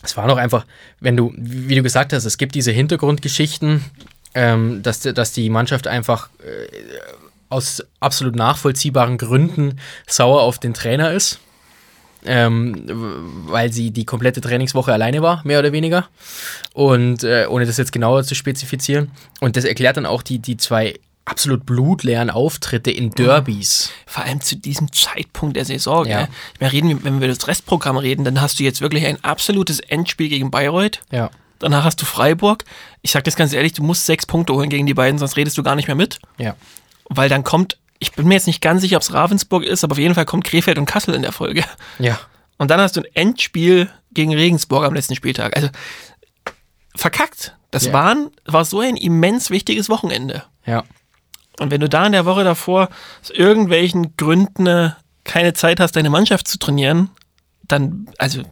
Es war noch einfach, wenn du, wie du gesagt hast, es gibt diese Hintergrundgeschichten, ähm, dass, die- dass die Mannschaft einfach äh, aus absolut nachvollziehbaren Gründen sauer auf den Trainer ist. ähm, w- weil sie die komplette Trainingswoche alleine war, mehr oder weniger. Und äh, ohne das jetzt genauer zu spezifizieren. Und das erklärt dann auch die, die zwei absolut blutleeren Auftritte in Derbys. Vor allem zu diesem Zeitpunkt der Saison. Ja. Ja. Ich meine, reden, wir- wenn wir über das Restprogramm reden, dann hast du jetzt wirklich ein absolutes Endspiel gegen Bayreuth. Ja. Danach hast du Freiburg. Ich sag das ganz ehrlich, du musst sechs Punkte holen gegen die beiden, sonst redest du gar nicht mehr mit. Ja. Weil dann kommt, ich bin mir jetzt nicht ganz sicher, ob es Ravensburg ist, aber auf jeden Fall kommt Krefeld und Kassel in der Folge. Ja. Und dann hast du ein Endspiel gegen Regensburg am letzten Spieltag. Also verkackt. Das Ja. waren, war so ein immens wichtiges Wochenende. Ja. Und wenn du da in der Woche davor aus irgendwelchen Gründen äh, keine Zeit hast, deine Mannschaft zu trainieren, dann, also,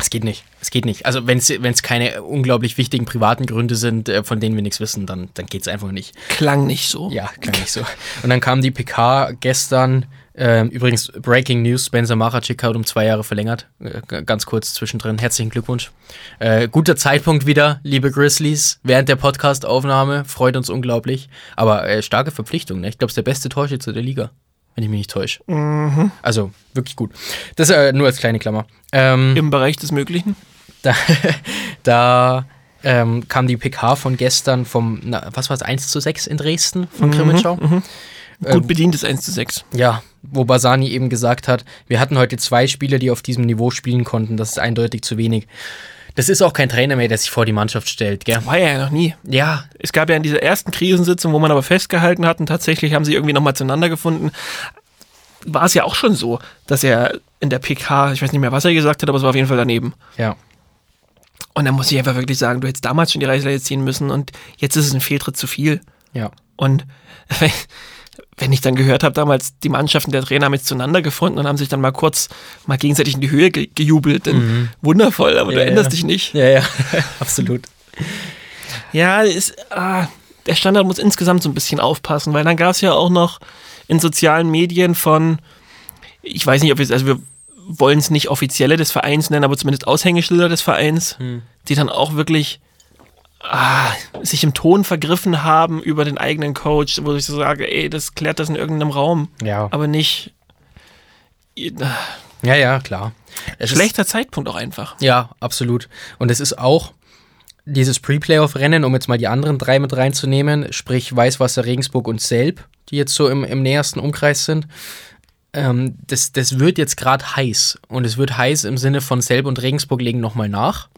Es geht nicht. Es geht nicht. Also wenn es keine unglaublich wichtigen privaten Gründe sind, äh, von denen wir nichts wissen, dann, dann geht es einfach nicht. klang nicht so. Ja, gar nicht so. Und dann kam die PK gestern. Ähm, übrigens, Breaking News: Spencer Maracik hat um zwei Jahre verlängert. Äh, g- ganz kurz zwischendrin. Herzlichen Glückwunsch. Äh, guter Zeitpunkt wieder, liebe Grizzlies. Während der Podcast-Aufnahme freut uns unglaublich. Aber äh, starke Verpflichtung. Ne? Ich glaube, es ist der beste Torschütze der Liga, wenn ich mich nicht täusche. Also wirklich gut. Das äh, nur als kleine Klammer. Ähm, Im Bereich des Möglichen. da, da ähm, kam die PK von gestern vom, na, was war es, 1 zu 6 in Dresden von Krimitschau. Ähm. Gut bedient ist 1 zu 6. Ja, wo Basani eben gesagt hat, wir hatten heute zwei Spieler, die auf diesem Niveau spielen konnten. Das ist eindeutig zu wenig. Das ist auch kein Trainer mehr, der sich vor die Mannschaft stellt, gell? War er ja noch nie. Ja, Es gab ja in dieser ersten Krisensitzung, wo man aber festgehalten hat und tatsächlich haben sie irgendwie nochmal zueinander gefunden, war es ja auch schon so, dass er in der PK, ich weiß nicht mehr, was er gesagt hat, aber es war auf jeden Fall daneben. ja, Und dann muss ich einfach wirklich sagen, du hättest damals schon die Reißleine ziehen müssen und jetzt ist es ein Fehltritt zu viel. ja. Und wenn ich dann gehört habe, damals die Mannschaften der Trainer haben jetzt zueinander gefunden und haben sich dann mal kurz mal gegenseitig in die Höhe ge gejubelt. Dann Wundervoll, aber Mhm. Ja, du änderst ja. dich nicht. Ja, ja, absolut. Ja, ist, ah, der Standard muss insgesamt so ein bisschen aufpassen, weil dann gab es ja auch noch in sozialen Medien von, ich weiß nicht, ob wir, also wir wollen es nicht offizielle des Vereins nennen, aber zumindest Aushängeschilder des Vereins, Hm. die dann auch wirklich ah, sich im Ton vergriffen haben über den eigenen Coach, wo ich so sage, ey, das klärt das in irgendeinem Raum, Ja, aber nicht. ja, ja, klar. Es ist- Schlechter Zeitpunkt auch einfach. Ja, absolut. Und es ist auch dieses Pre-Playoff-Rennen, um jetzt mal die anderen drei mit reinzunehmen, sprich Weißwasser, Regensburg und Selb, die jetzt so im, im nähersten Umkreis sind. Ähm, das, das wird jetzt gerade heiß. Und es wird heiß im Sinne von Selb und Regensburg legen nochmal nach.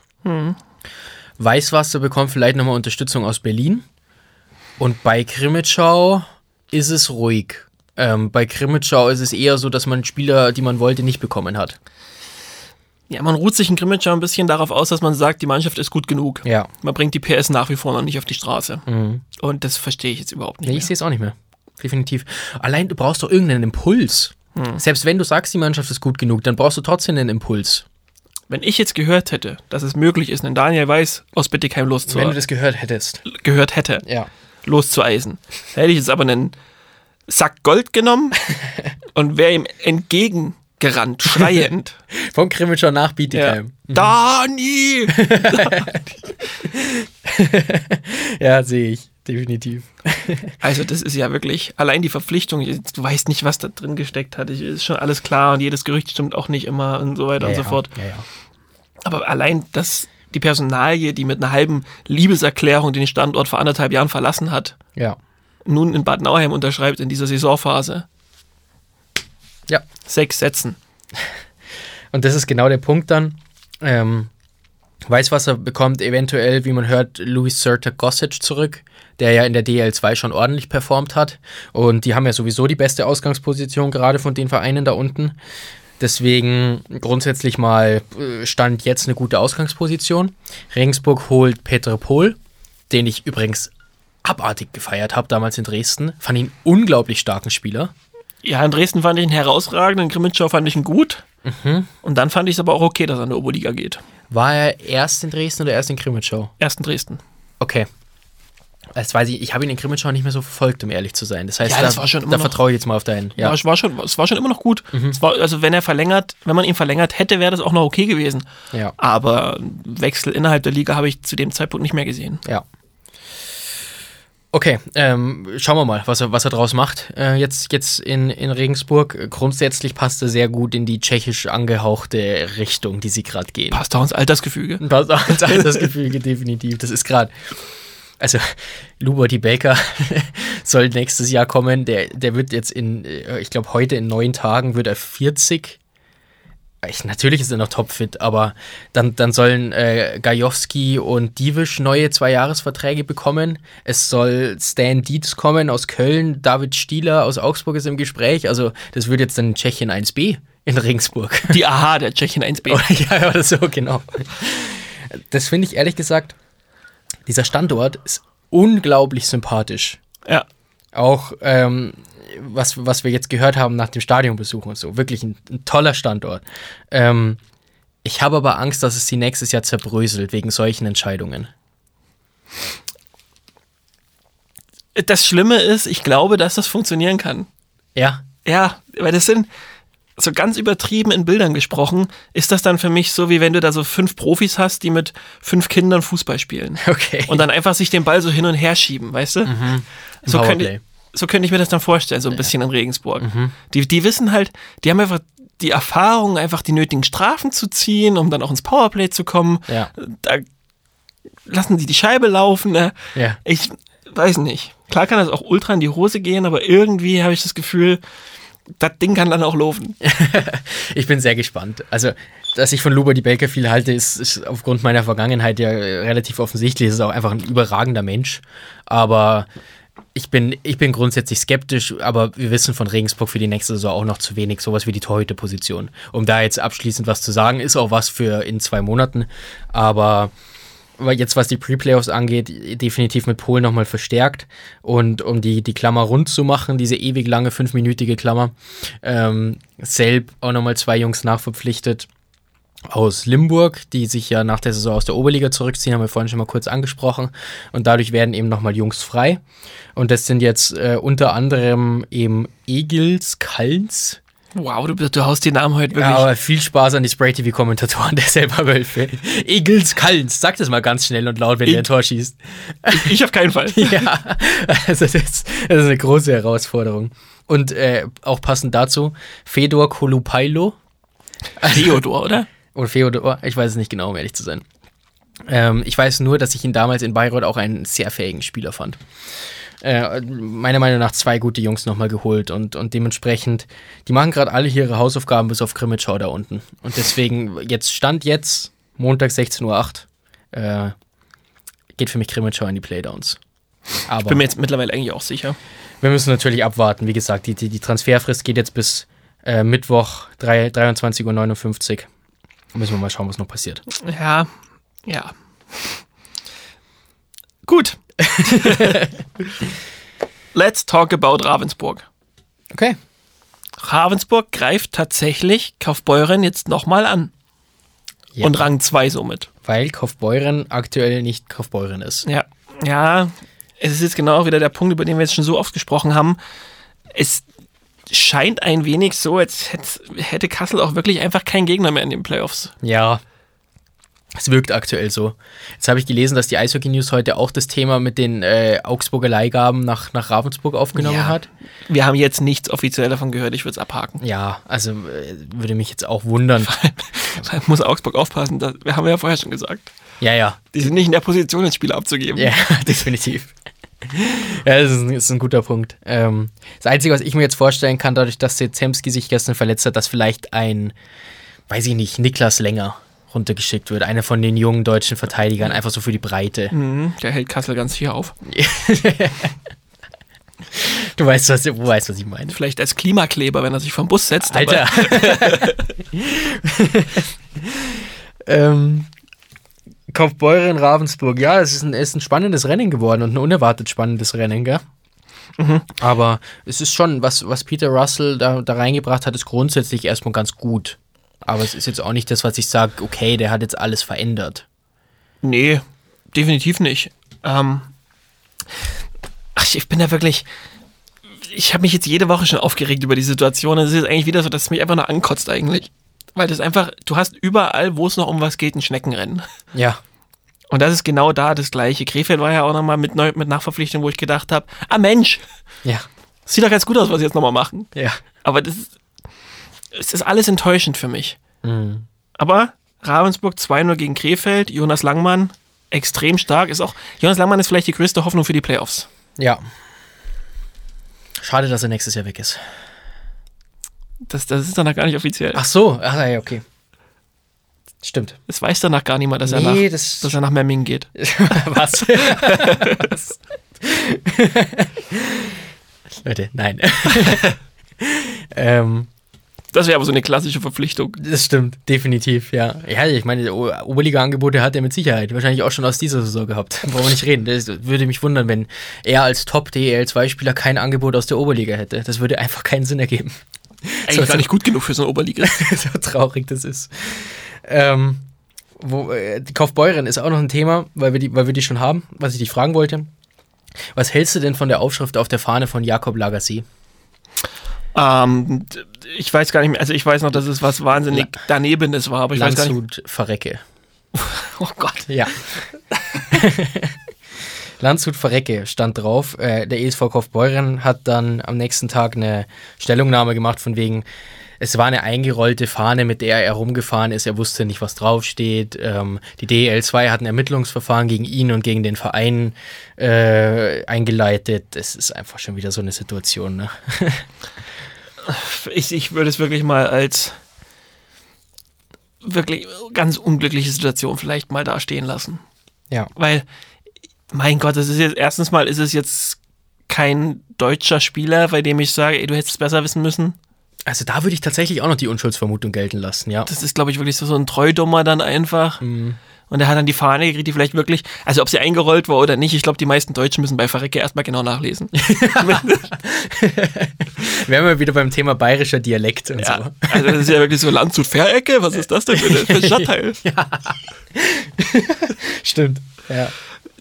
Weißwasser bekommt vielleicht nochmal Unterstützung aus Berlin. Und bei Krimitschau ist es ruhig. Ähm, bei Krimitschau ist es eher so, dass man Spieler, die man wollte, nicht bekommen hat. Ja, man ruht sich in Grimmitschau ein bisschen darauf aus, dass man sagt, die Mannschaft ist gut genug. Ja. Man bringt die PS nach wie vor noch nicht auf die Straße. Mhm. Und das verstehe ich jetzt überhaupt nicht. Nee, ich sehe es auch nicht mehr. Definitiv. Allein du brauchst doch irgendeinen Impuls. Selbst wenn du sagst, die Mannschaft ist gut genug, dann brauchst du trotzdem einen Impuls. mehr. Wenn ich jetzt gehört hätte, dass es möglich ist, einen Daniel Weiß aus Bittigheim wenn du loszueisen, das gehört hättest. gehört hätte, Ja. loszueisen, hätte ich jetzt aber einen Sack Gold genommen und wäre ihm entgegengerannt, schreiend. Vom Krimmelscher nach ja. Bietigheim. Dani! Ja, sehe ich. Definitiv. Also das ist ja wirklich, allein die Verpflichtung, du weißt nicht, was da drin gesteckt hat, Ich- ist schon alles klar und jedes Gerücht stimmt auch nicht immer und so weiter und so fort. Ja, ja. Aber allein, dass die Personalie, die mit einer halben Liebeserklärung den Standort vor anderthalb Jahren verlassen hat, ja. nun in Bad Nauheim unterschreibt in dieser Saisonphase. Ja. Sechs Sätzen. Und das ist genau der Punkt dann. Ähm, Weißwasser bekommt eventuell, wie man hört, Luis Serta Gossic zurück, der ja in der DL2 schon ordentlich performt hat. Und die haben ja sowieso die beste Ausgangsposition gerade von den Vereinen da unten. Deswegen grundsätzlich mal äh, stand jetzt eine gute Ausgangsposition. Regensburg holt Petre Pohl, den ich übrigens abartig gefeiert habe damals in Dresden. Fand ihn unglaublich starken Spieler. Ja, in Dresden fand ich ihn herausragend, in Grimmitschau fand ich ihn gut. Und dann fand ich es aber auch okay, dass er in die Oberliga geht. War er erst in Dresden oder erst in Krimitschau? Erst in Dresden. Okay. Das weiß ich, ich habe ihn in Grimmitschau nicht mehr so verfolgt, um ehrlich zu sein. Das heißt, Ja, das da, war schon immer da noch- vertraue ich jetzt mal auf deinen. Ja. Ja, es, war schon, es war schon immer noch gut. Es war, also wenn er verlängert, wenn man ihn verlängert hätte, wäre das auch noch okay gewesen. ja, Aber Wechsel innerhalb der Liga habe ich zu dem Zeitpunkt nicht mehr gesehen. ja. Okay, ähm, schauen wir mal, was er, was er draus macht. Äh, jetzt jetzt in, in Regensburg. Grundsätzlich passt er sehr gut in die tschechisch angehauchte Richtung, die sie gerade gehen. Passt auch ins Altersgefüge. Passt auch ins Altersgefüge, definitiv. Das ist gerade. Also, Luberti Baker soll nächstes Jahr kommen. Der, der wird jetzt in, äh, ich glaube, heute in neun Tagen wird er 40. Ich, natürlich ist er noch topfit, aber dann, dann sollen äh, Gajowski und Divisch neue Zweijahresverträge bekommen. Es soll Stan Dietz kommen aus Köln, David Stieler aus Augsburg ist im Gespräch. Also, das wird jetzt dann Tschechien 1b in Regensburg. Die Aha der Tschechien 1b. Oder, ja, oder so, genau. Das finde ich ehrlich gesagt, dieser Standort ist unglaublich sympathisch. Ja. Auch ähm, was, was wir jetzt gehört haben nach dem Stadionbesuch und so. Wirklich ein, ein toller Standort. Ähm, ich habe aber Angst, dass es sie nächstes Jahr zerbröselt wegen solchen Entscheidungen. Das Schlimme ist, ich glaube, dass das funktionieren kann. Ja, Ja, weil das sind so ganz übertrieben in Bildern gesprochen, ist das dann für mich so, wie wenn du da so fünf Profis hast, die mit fünf Kindern Fußball spielen. okay. Mhm. Und dann einfach sich den Ball so hin und her schieben, weißt du? So Powerplay. Mhm. könnte, so könnte ich mir das dann vorstellen, so ein bisschen in Regensburg. Die, die wissen halt, die haben einfach die Erfahrung, einfach die nötigen Strafen zu ziehen, um dann auch ins Powerplay zu kommen. Ja. Da lassen die die Scheibe laufen. Ne? Ja. Ich weiß nicht. Klar kann das auch ultra in die Hose gehen, aber irgendwie habe ich das Gefühl, das Ding kann dann auch laufen. Ich bin sehr gespannt. Also, dass ich von Luba die Baker viel halte, ist, ist aufgrund meiner Vergangenheit ja äh, relativ offensichtlich. Es ist auch einfach ein überragender Mensch. Aber ich bin, ich bin grundsätzlich skeptisch, aber wir wissen von Regensburg für die nächste Saison auch noch zu wenig, sowas wie die Torhüterposition. Um da jetzt abschließend was zu sagen, ist auch was für in zwei Monaten. Aber weil jetzt was die Pre-Playoffs angeht, definitiv mit Polen nochmal verstärkt. Und um die, die Klammer rund zu machen, diese ewig lange fünfminütige Klammer, ähm, Selb auch nochmal zwei Jungs nachverpflichtet aus Limburg, die sich ja nach der Saison aus der Oberliga zurückziehen, haben wir vorhin schon mal kurz angesprochen. Und dadurch werden eben nochmal Jungs frei. Und das sind jetzt äh, unter anderem eben Egils, Kallens. Wow, du, du haust die Namen heute wirklich. Ja, aber viel Spaß an die Spray-TV-Kommentatoren der selber Wölfe. Egils, Kallens, sag das mal ganz schnell und laut, wenn E- ihr ein Tor schießt. ich auf keinen Fall. Ja, also das, ist- das ist eine große Herausforderung. Und äh, auch passend dazu, Fedor Kolupailo Theodor, oder? oder Feodor, ich weiß es nicht genau, um ehrlich zu sein. Ähm, ich weiß nur, dass ich ihn damals in Bayreuth auch einen sehr fähigen Spieler fand. Äh, meiner Meinung nach zwei gute Jungs nochmal geholt und, und dementsprechend, die machen gerade alle ihre Hausaufgaben bis auf Krimitschau da unten. Und deswegen, jetzt Stand jetzt, Montag 16.08 Uhr, äh, geht für mich Krimitschau in die Playdowns. Aber Bin mir jetzt mittlerweile eigentlich auch sicher. wir müssen natürlich abwarten. Wie gesagt, die, die, die Transferfrist geht jetzt bis äh, Mittwoch 3 23.59 Uhr. Müssen wir mal schauen, was noch passiert. Ja, ja. Gut. Let's talk about Ravensburg. Okay. Ravensburg greift tatsächlich Kaufbeuren jetzt nochmal an. Ja. Und Rang 2 somit. Weil Kaufbeuren aktuell nicht Kaufbeuren ist. Ja. Ja, es ist jetzt genau wieder der Punkt, über den wir jetzt schon so oft gesprochen haben. Es scheint ein wenig so, als hätte- hätte Kassel auch wirklich einfach keinen Gegner mehr in den Playoffs. Ja. Es wirkt aktuell so. Jetzt habe ich gelesen, dass die Eishockey News heute auch das Thema mit den äh, Augsburger Leihgaben nach, nach Ravensburg aufgenommen Ja. hat. Wir haben jetzt nichts offiziell davon gehört, ich würde es abhaken. Ja, also äh, würde mich jetzt auch wundern. Da muss Augsburg aufpassen, das wir haben ja vorher schon gesagt. ja, ja, Die sind nicht in der Position, den Spieler abzugeben. Ja, definitiv. Ja, das ist, ein, ist ein guter Punkt. Ähm, das Einzige, was ich mir jetzt vorstellen kann, dadurch, dass Zemski sich gestern verletzt hat, dass vielleicht ein, weiß ich nicht, Niklas Länger runtergeschickt wird. Einer von den jungen deutschen Verteidigern, einfach so für die Breite. Mhm, Der hält Kassel ganz hier auf. Du weißt, was, du weißt, was ich meine. Vielleicht als Klimakleber, wenn er sich vom Bus setzt. Alter. aber- ähm, Kaufbeure in Ravensburg. Ja, es ist ein, es ist ein spannendes Rennen geworden und ein unerwartet spannendes Rennen, gell? Mhm. Aber es ist schon, was, was Peter Russell da, da reingebracht hat, ist grundsätzlich erstmal ganz gut. Aber es ist jetzt auch nicht das, was ich sage, okay, der hat jetzt alles verändert. Nee, definitiv nicht. Ähm, ach, ich bin da wirklich. Ich habe mich jetzt jede Woche schon aufgeregt über die Situation. Es ist jetzt eigentlich wieder so, dass es mich einfach nur ankotzt eigentlich. Weil das einfach, du hast überall, wo es noch um was geht, ein Schneckenrennen. Ja. Und das ist genau da das Gleiche. Krefeld war ja auch nochmal mit, neu- mit Nachverpflichtung, wo ich gedacht habe, ah Mensch, Ja. sieht doch ganz gut aus, was sie jetzt nochmal machen. Ja. Aber das ist, es ist alles enttäuschend für mich. Mhm. Aber Ravensburg 2-0 gegen Krefeld, Jonas Langmann extrem stark. Ist auch, Jonas Langmann ist vielleicht die größte Hoffnung für die Playoffs. Ja. Schade, dass er nächstes Jahr weg ist. Das, das ist danach gar nicht offiziell. Ach so, ah, ja, okay. Stimmt. Es weiß danach gar niemand, dass, er Nee, nach, das- dass er nach Memmingen geht. Was? Leute, nein. ähm, Das wäre aber so eine klassische Verpflichtung. das stimmt, definitiv, ja. Ja, ich meine, O- Oberliga-Angebote hat er mit Sicherheit wahrscheinlich auch schon aus dieser Saison gehabt. Brauchen wir nicht reden. Das würde mich wundern, wenn er als Top-DEL-2-Spieler kein Angebot aus der Oberliga hätte. Das würde einfach keinen Sinn ergeben. Eigentlich also gar nicht gut genug für so eine Oberliga. so traurig das ist. Ähm, wo, äh, die Kaufbeuren ist auch noch ein Thema, weil wir, die, weil wir die schon haben, was ich dich fragen wollte. Was hältst du denn von der Aufschrift auf der Fahne von Jakob Lagassi? ähm, d- ich weiß gar nicht mehr, also ich weiß noch, dass es was wahnsinnig Danebenes war, aber ich weiß gar nicht. Landshut Verrecke. Oh Gott. Ja. Landshut Verrecke stand drauf. Äh, der ESV Kaufbeuren hat dann am nächsten Tag eine Stellungnahme gemacht von wegen, es war eine eingerollte Fahne, mit der er rumgefahren ist. Er wusste nicht, was draufsteht. Ähm, die DEL2 hat ein Ermittlungsverfahren gegen ihn und gegen den Verein äh, eingeleitet. Das ist einfach schon wieder so eine Situation. Ne? Ich, ich würde es wirklich mal als wirklich ganz unglückliche Situation vielleicht mal dastehen lassen. Ja. Weil, mein Gott, das ist jetzt, erstens mal ist es jetzt kein deutscher Spieler, bei dem ich sage, ey, du hättest es besser wissen müssen. Also da würde ich tatsächlich auch noch die Unschuldsvermutung gelten lassen, ja. Das ist, glaube ich, wirklich so, so ein Treudummer dann einfach. Und er hat dann die Fahne gekriegt, die vielleicht wirklich, also ob sie eingerollt war oder nicht, ich glaube, die meisten Deutschen müssen bei Verrecke erstmal genau nachlesen. Wären wir wieder beim Thema bayerischer Dialekt und so. ja. Also das ist ja wirklich so Landshut Fährecke, was ist das denn für, eine- für ein Stadtteil? Stimmt. Ja.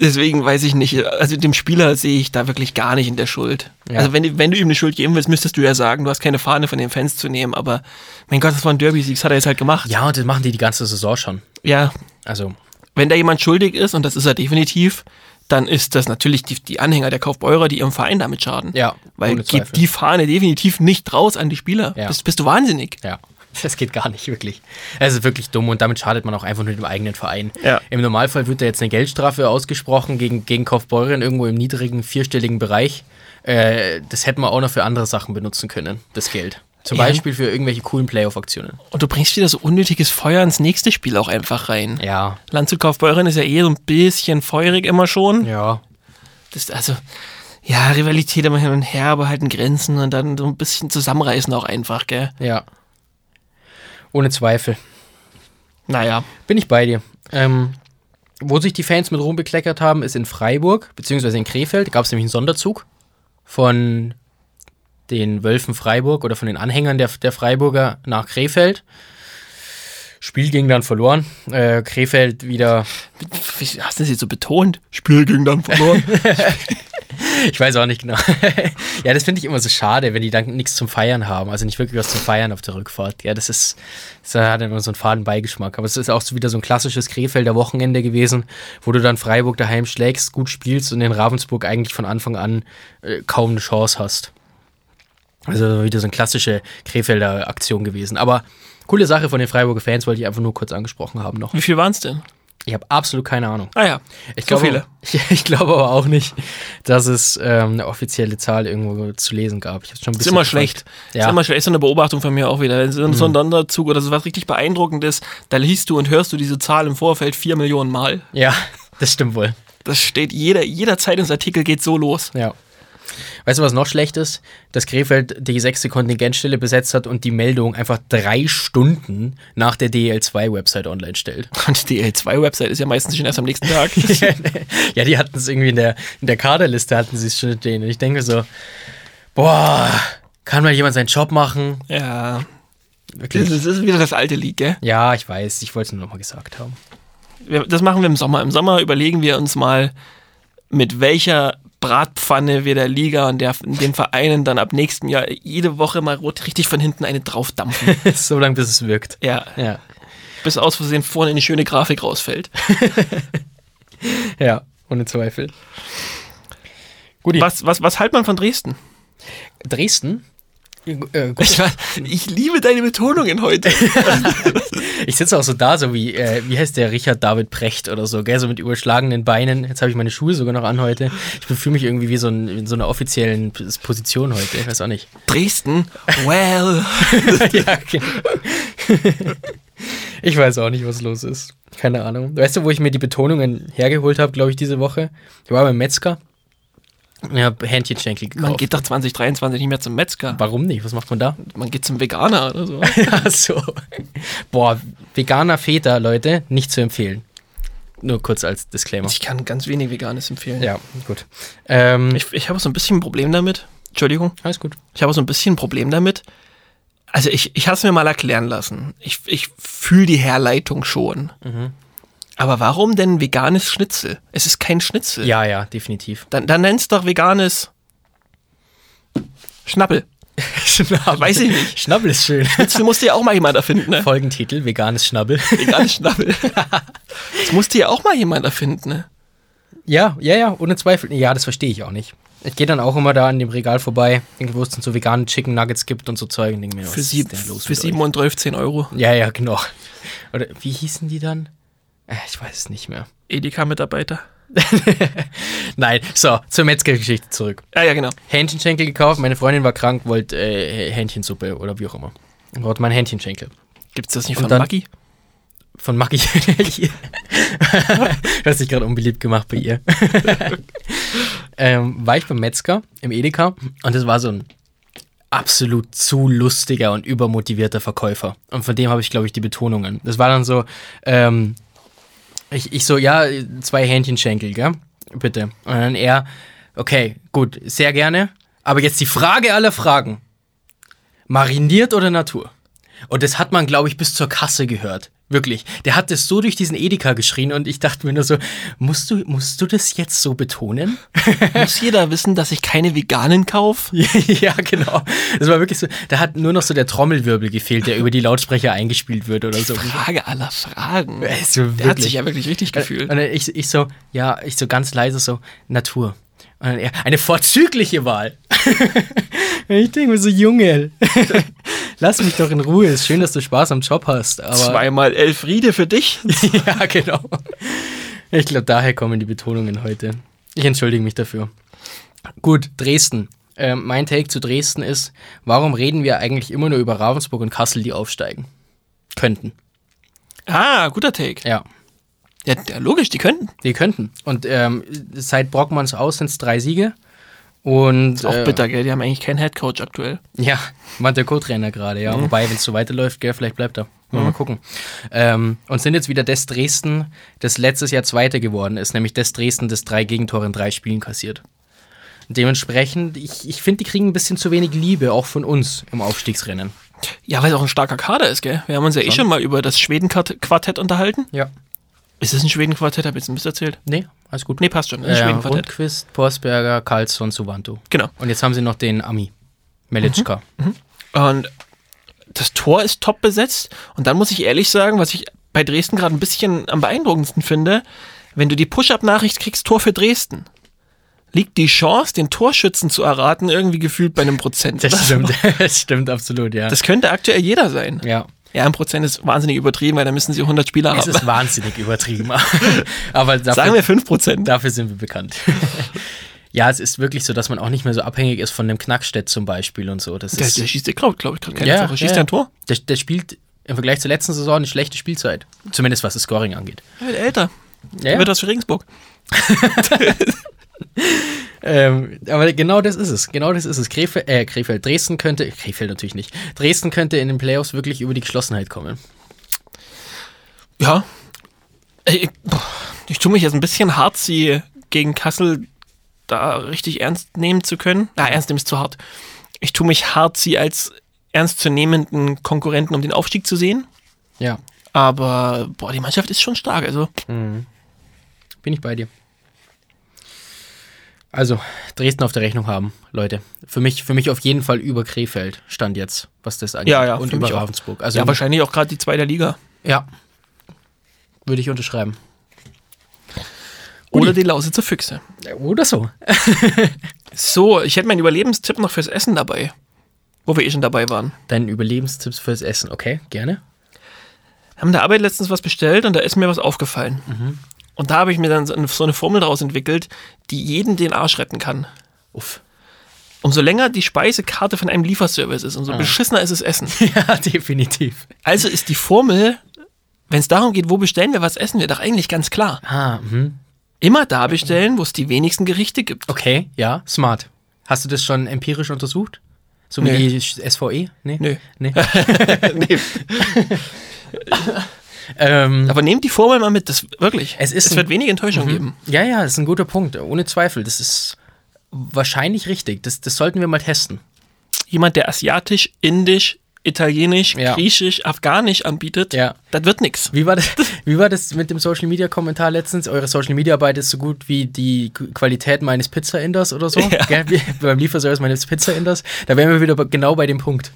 Deswegen weiß ich nicht, also dem Spieler sehe ich da wirklich gar nicht in der Schuld. Ja. Also wenn, wenn du ihm eine Schuld geben willst, müsstest du ja sagen, du hast keine Fahne von den Fans zu nehmen, aber mein Gott, das war ein Derby-Sieg, das hat er jetzt halt gemacht. Ja, und das machen die die ganze Saison schon. ja, Also, wenn da jemand schuldig ist, und das ist er definitiv, dann ist das natürlich die, die Anhänger der Kaufbeurer, die ihrem Verein damit schaden. Ja, Weil ohne geht Zweifel. die Fahne definitiv nicht raus an die Spieler. Ja. Bist, bist du wahnsinnig. ja, das geht gar nicht wirklich. Es ist wirklich dumm und damit schadet man auch einfach nur dem eigenen Verein. Ja. Im Normalfall wird da jetzt eine Geldstrafe ausgesprochen gegen, gegen Kaufbeuren irgendwo im niedrigen, vierstelligen Bereich. Äh, das hätten wir auch noch für andere Sachen benutzen können, das Geld. Zum Ja. Beispiel für irgendwelche coolen Playoff-Aktionen. Und du bringst wieder so unnötiges Feuer ins nächste Spiel auch einfach rein. Ja. Landshut Kaufbeuren ist ja eh so ein bisschen feurig immer schon. Ja. Das, also, ja, Rivalität immer hin und her, aber halt in Grenzen und dann so ein bisschen zusammenreißen auch einfach, gell? Ja. Ohne Zweifel. Naja. Bin ich bei dir. Ähm, wo sich die Fans mit Ruhm bekleckert haben, ist in Freiburg, beziehungsweise in Krefeld. Da gab es nämlich einen Sonderzug von den Wölfen Freiburg oder von den Anhängern der, der Freiburger nach Krefeld. Spiel ging dann verloren. Äh, Krefeld wieder, Wie hast du das jetzt so betont? Spiel ging dann verloren. ich weiß auch nicht genau. ja, das finde ich immer so schade, wenn die dann nichts zum Feiern haben. Also nicht wirklich was zum Feiern auf der Rückfahrt. Ja, das ist, das hat immer so einen faden Beigeschmack. Aber es ist auch so wieder so ein klassisches Krefelder Wochenende gewesen, wo du dann Freiburg daheim schlägst, gut spielst und in Ravensburg eigentlich von Anfang an äh, kaum eine Chance hast. Also wieder so eine klassische Krefelder Aktion gewesen. Aber coole Sache von den Freiburger Fans wollte ich einfach nur kurz angesprochen haben noch. Wie viel waren es denn? Ich habe absolut keine Ahnung. Ah ja, Ich so glaube, viele. Ich glaube aber auch nicht, dass es ähm, eine offizielle Zahl irgendwo zu lesen gab. Ich hab's schon ein Ist Mhm. bisschen immer verfolgt. schlecht. Ja. Ist immer schlecht. Ist so eine Beobachtung von mir auch wieder. Wenn So ein Sonderzug oder so was richtig beeindruckendes, da liest du und hörst du diese Zahl im Vorfeld vier Millionen Mal. Ja, das stimmt wohl. Das steht jeder, jeder Zeitungsartikel geht so los. Ja. Weißt du, was noch schlecht ist? Dass Krefeld die sechste Kontingentstelle besetzt hat und die Meldung einfach drei Stunden nach der DL2-Website online stellt. Und die DL2-Website ist ja meistens schon erst am nächsten Tag. ja, die hatten es irgendwie in der, in der Kaderliste, hatten sie es schon stehen. Und ich denke so, boah, kann mal jemand seinen Job machen? ja. Das Wirklich? ist, das ist wieder das alte Lied, gell? Ja, ich weiß, ich wollte es nur nochmal gesagt haben. Wir- Das machen wir im Sommer. Im Sommer überlegen wir uns mal, mit welcher Bratpfanne wir der Liga und der, den Vereinen dann ab nächsten Jahr jede Woche mal rot- richtig von hinten eine draufdampfen. so lange, bis es wirkt. ja. Ja. Bis aus Versehen vorne eine schöne Grafik rausfällt. Ja, ohne Zweifel. Gut, Was, was, was hält man von Dresden? Dresden? Äh, gut. Ich, weiß- ich liebe deine Betonungen heute. Ich sitze auch so da, so wie, äh, wie heißt der Richard David Precht oder so, gell? So mit überschlagenen Beinen. Jetzt habe ich meine Schuhe sogar noch an heute. Ich fühle mich irgendwie wie so ein, in so einer offiziellen P- Position heute. Ich weiß auch nicht. Dresden? Well. ja, genau. ich weiß auch nicht, was los ist. Keine Ahnung. Weißt du, wo ich mir die Betonungen hergeholt habe, glaube ich, diese Woche? Ich war beim Metzger. Ich habe Hähnchenschenkel Man gekauft. geht doch 2023 nicht mehr zum Metzger. Warum nicht? Was macht man da? Man geht zum Veganer oder so. Ach so. Boah, veganer Feta, Leute, nicht zu empfehlen. Nur kurz als Disclaimer. Ich kann ganz wenig Veganes empfehlen. Ja, gut. Ähm, Ich, ich habe so ein bisschen ein Problem damit. Entschuldigung. alles gut. Ich habe so ein bisschen ein Problem damit. Also ich, ich habe es mir mal erklären lassen. Ich, ich fühle die Herleitung schon. Mhm. Aber warum denn veganes Schnitzel? Es ist kein Schnitzel. Ja, ja, definitiv. Dann, dann nenn's doch veganes Schnappel. Schnabbel. Weiß ich nicht. Schnabbel ist schön. Schnitzel musste ja auch mal jemand erfinden, ne? Folgentitel, veganes Schnabbel. Veganes Schnappel. Das musste ja auch mal jemand erfinden, ne? Ja, ja, ja, ohne Zweifel. Ja, das verstehe ich auch nicht. Ich gehe dann auch immer da an dem Regal vorbei, denke, wo es dann so vegane Chicken Nuggets gibt und so Zeug. Und denke mir, was Für, ist sieb, denn los für mit euch? 7 und 12, 10 Euro. Ja, ja, genau. Oder wie hießen die dann? Äh, Ich weiß es nicht mehr. Edeka-Mitarbeiter. Nein, so, zur Metzgergeschichte zurück. Ja, ja, genau. Hähnchenschenkel gekauft, meine Freundin war krank, wollte äh, Hähnchensuppe oder wie auch immer. Wollte mein Hähnchenschenkel. Gibt's das nicht Und von dann- Maggi? von Maggie. du hast dich gerade unbeliebt gemacht bei ihr. ähm, war ich beim Metzger im Edeka und das war so ein absolut zu lustiger und übermotivierter Verkäufer. Und von dem habe ich, glaube ich, die Betonungen. Das war dann so, ähm, ich, ich so, ja, zwei Hähnchenschenkel, gell? Bitte. Und dann er, okay, gut, sehr gerne. Aber jetzt die Frage aller Fragen. Mariniert oder Natur? Und das hat man, glaube ich, bis zur Kasse gehört. Wirklich. Der hat das so durch diesen Edeka geschrien und ich dachte mir nur so, musst du, musst du das jetzt so betonen? Muss jeder wissen, dass ich keine veganen kaufe? ja, genau. Das war wirklich so, da hat nur noch so der Trommelwirbel gefehlt, der über die Lautsprecher eingespielt wird oder so. Frage aller Fragen. Es war Der hat wirklich- sich ja wirklich Äh, richtig Und gefühlt. dann ich, ich so, ja, ich so ganz leise so, Natur. Und dann er, eine vorzügliche Wahl. Und ich denke mir so, Junge, lass mich doch in Ruhe. Ist schön, dass du Spaß am Job hast. Aber Zweimal Elfriede für dich. ja, genau. Ich glaube, daher kommen die Betonungen heute. Ich entschuldige mich dafür. Gut, Dresden. Ähm, mein Take zu Dresden ist, warum reden wir eigentlich immer nur über Ravensburg und Kassel, die aufsteigen? Könnten. Ah, guter Take. Ja, Ja, ja logisch, die könnten. die könnten. Und ähm, seit Brockmanns aus sind es drei Siege. Und Auch äh, bitter, gell? Die haben eigentlich keinen Headcoach aktuell. Ja, war der Co-Trainer gerade, ja. Wobei, wenn es so weiterläuft, gell, vielleicht bleibt er. Mal, mal gucken. Ähm, und sind jetzt wieder des Dresden, das letztes Jahr Zweiter geworden ist, nämlich des Dresden, das drei Gegentore in drei Spielen kassiert. Dementsprechend, ich, ich finde, die kriegen ein bisschen zu wenig Liebe, auch von uns im Aufstiegsrennen. Ja, weil es auch ein starker Kader ist, gell? Wir haben uns ja eh schon mal über das Schweden-Quartett unterhalten. Ja. Ist das ein Schweden-Quartett? Hab ich jetzt ein bisschen erzählt. Nee, alles gut. Nee, passt schon. Ein äh, Schweden-Quartett. Rundquist, Porsberger, Karlsson, Suvanto. Genau. Und jetzt haben sie noch den Ami, Melitschka. Und das Tor ist top besetzt. Und dann muss ich ehrlich sagen, was ich bei Dresden gerade ein bisschen am beeindruckendsten finde, wenn du die Push-Up-Nachricht kriegst, Tor für Dresden. Liegt die Chance, den Torschützen zu erraten, irgendwie gefühlt bei einem Prozent. Das stimmt, das stimmt absolut, ja. Das könnte aktuell jeder sein. ja. Ja, ein Prozent ist wahnsinnig übertrieben, weil da müssen sie 100 Spieler Es ist haben. wahnsinnig übertrieben. Aber dafür, Sagen wir 5 Prozent. Dafür sind wir bekannt. ja, es ist wirklich so, dass man auch nicht mehr so abhängig ist von dem Knackstedt zum Beispiel und so. Das Der, ist, der schießt, glaube glaub ich, gerade keine Tore. Schießt der ein Tor? Der, der spielt im Vergleich zur letzten Saison eine schlechte Spielzeit. Zumindest was das Scoring angeht. Er wird älter. Ja, Er wird was für Regensburg. Ähm, aber genau das ist es. Genau das ist es. Krefeld, äh, Krefeld, Dresden könnte, Krefeld natürlich nicht. Dresden könnte in den Playoffs wirklich über die Geschlossenheit kommen. Ja. Ich, ich- boah, ich tue mich jetzt ein bisschen hart, sie gegen Kassel da richtig ernst nehmen zu können. Na, ernst nehmen ist zu hart. Ich tue mich hart, sie als ernstzunehmenden Konkurrenten um den Aufstieg zu sehen. Ja, Aber boah, die Mannschaft ist schon stark. Also bin ich bei dir. Also, Dresden auf der Rechnung haben, Leute. Für mich, für mich auf jeden Fall über Krefeld stand jetzt, was das angeht. Ja, ja, Und für über mich auch. Ravensburg. Also ja, wahrscheinlich auch gerade die zweite Liga. Ja. Würde ich unterschreiben. oder die Lausitzer Füchse. Oder so. So, ich hätte meinen Überlebenstipp noch fürs Essen dabei. Wo wir eh schon dabei waren. Deine Überlebenstipps fürs Essen. Okay, gerne. Wir haben in der Arbeit letztens was bestellt und da ist mir was aufgefallen. Mhm. Und da habe ich mir dann so eine- so eine Formel draus entwickelt, die jeden den Arsch retten kann. Uff. Umso länger die Speisekarte von einem Lieferservice ist, Ah. umso beschissener ist es Essen. Ja, definitiv. Also ist die Formel, wenn es darum geht, wo bestellen wir, was essen wir, doch eigentlich ganz klar. Ah, mhm. Immer da bestellen, wo es die wenigsten Gerichte gibt. okay, ja, smart. Hast du das schon empirisch untersucht? So wie Nee. die SVE? E? Nee. Nö. nee. ähm, Aber nehmt die Formel mal mit, das wirklich. Es ist ein- Mhm. wird wenig Enttäuschung geben. ja, ja, das ist ein guter Punkt. Ohne Zweifel. Das ist wahrscheinlich richtig. Das, das sollten wir mal testen. Jemand, der asiatisch, indisch, italienisch, Ja. griechisch, afghanisch anbietet, Ja. das wird nichts. Wie war, das, wie war das mit dem Social Media Kommentar letztens? Eure Social Media Arbeit ist so gut wie die Qu- Qualität meines Pizza-Inders oder so. Ja. Gell? Wie, beim Lieferservice meines Pizza-Inders. Da wären wir wieder bei- genau bei dem Punkt.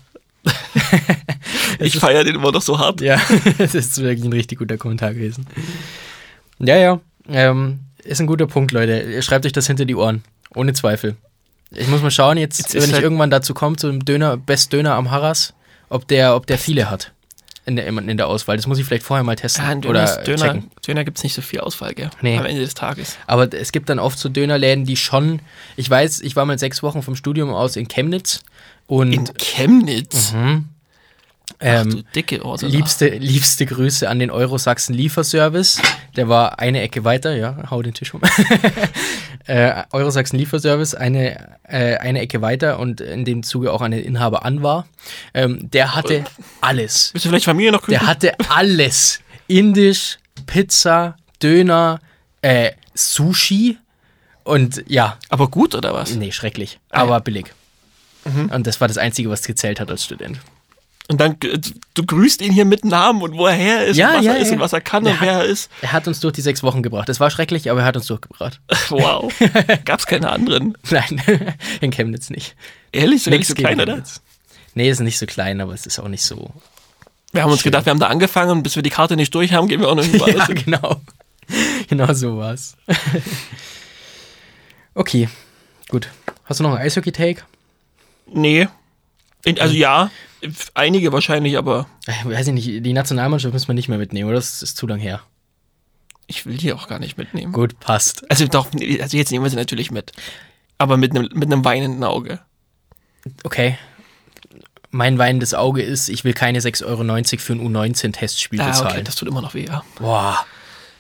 Ich feiere den immer noch so hart. Ja, das ist wirklich ein richtig guter Kommentar gewesen. Ja, ja. Ähm, ist ein guter Punkt, Leute. Ihr Schreibt euch das hinter die Ohren. Ohne Zweifel. Ich muss mal schauen, jetzt, Jetzt wenn ist ich halt- irgendwann dazu komme, zum Döner, Best Döner am Harras, ob der, ob der viele hat in der, in der Auswahl. Das muss ich vielleicht vorher mal testen. Ja, Ah, ein Döner, oder ist- Döner, checken. Döner gibt es nicht so viel Auswahl, gell? Nee. Mhm. Am Ende des Tages. Aber es gibt dann oft so Dönerläden, die schon. Ich weiß, ich war mal sechs Wochen vom Studium aus in Chemnitz In und Chemnitz. Ach, du Mhm. ähm, dicke Orte. liebste, liebste Grüße an den Eurosachsen Lieferservice. Der war eine Ecke weiter, ja, hau den Tisch um. äh, Eurosachsen Lieferservice, eine, äh, eine Ecke weiter und in dem Zuge auch an den Inhaber an war. Ähm, der hatte alles. Willst du vielleicht Familie noch Der grüßen? hatte alles. Indisch, Pizza, Döner, äh, Sushi und ja, Aber gut, oder was? Nee, schrecklich. Ah, Aber billig. Und das war das Einzige, was gezählt hat als Student. Und dann, g- du grüßt ihn hier mit Namen und wo er her ist Ja, und was ja, er ist ja. und was er kann Der und wer er ist. Er hat uns durch die sechs Wochen gebracht. Es war schrecklich, aber er hat uns durchgebracht. Wow. Gab's keine anderen. Nein, in Chemnitz nicht. Ehrlich, sogar nicht Nix so gegen klein, oder? Chemnitz. Nee, ist nicht so klein, aber es ist auch nicht so. Wir haben uns gedacht, wir haben da angefangen und bis wir die Karte nicht durch haben, gehen wir auch noch irgendwo Ja, anders hin. genau. Genau so war's. okay, gut. Hast du noch einen Eishockey-Take? Nee. In, Mhm. also ja, einige wahrscheinlich, aber Äh, Weiß ich nicht, die Nationalmannschaft müssen wir nicht mehr mitnehmen, oder? Das ist zu lang her. ich will die auch gar nicht mitnehmen. Gut, passt. Also doch, nee, also jetzt nehmen wir sie natürlich mit. Aber mit einem, mit einem weinenden Auge. Okay. Mein weinendes Auge ist, ich will keine 6,90 Euro für ein U19-Testspiel Ah, okay, bezahlen. das tut immer noch weh, ja. Boah.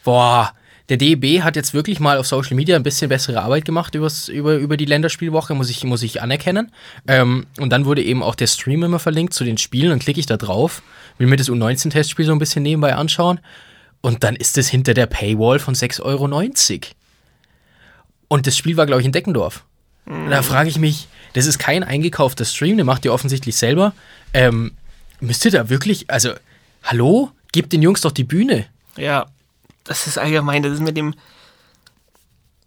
Boah. Der DEB hat jetzt wirklich mal auf Social Media ein bisschen bessere Arbeit gemacht übers, über, über die Länderspielwoche, muss ich, muss ich anerkennen. Ähm, und dann wurde eben auch der Stream immer verlinkt zu den Spielen und klicke ich da drauf, will mir das U19-Testspiel so ein bisschen nebenbei anschauen und dann ist es hinter der Paywall von 6,90 Euro. Und das Spiel war, glaube ich, in Deckendorf. Da frage ich mich, das ist kein eingekaufter Stream, den macht ihr offensichtlich selber. Ähm, müsst ihr da wirklich, also, hallo? Gebt den Jungs doch die Bühne. Ja, das ist allgemein, das ist mit dem.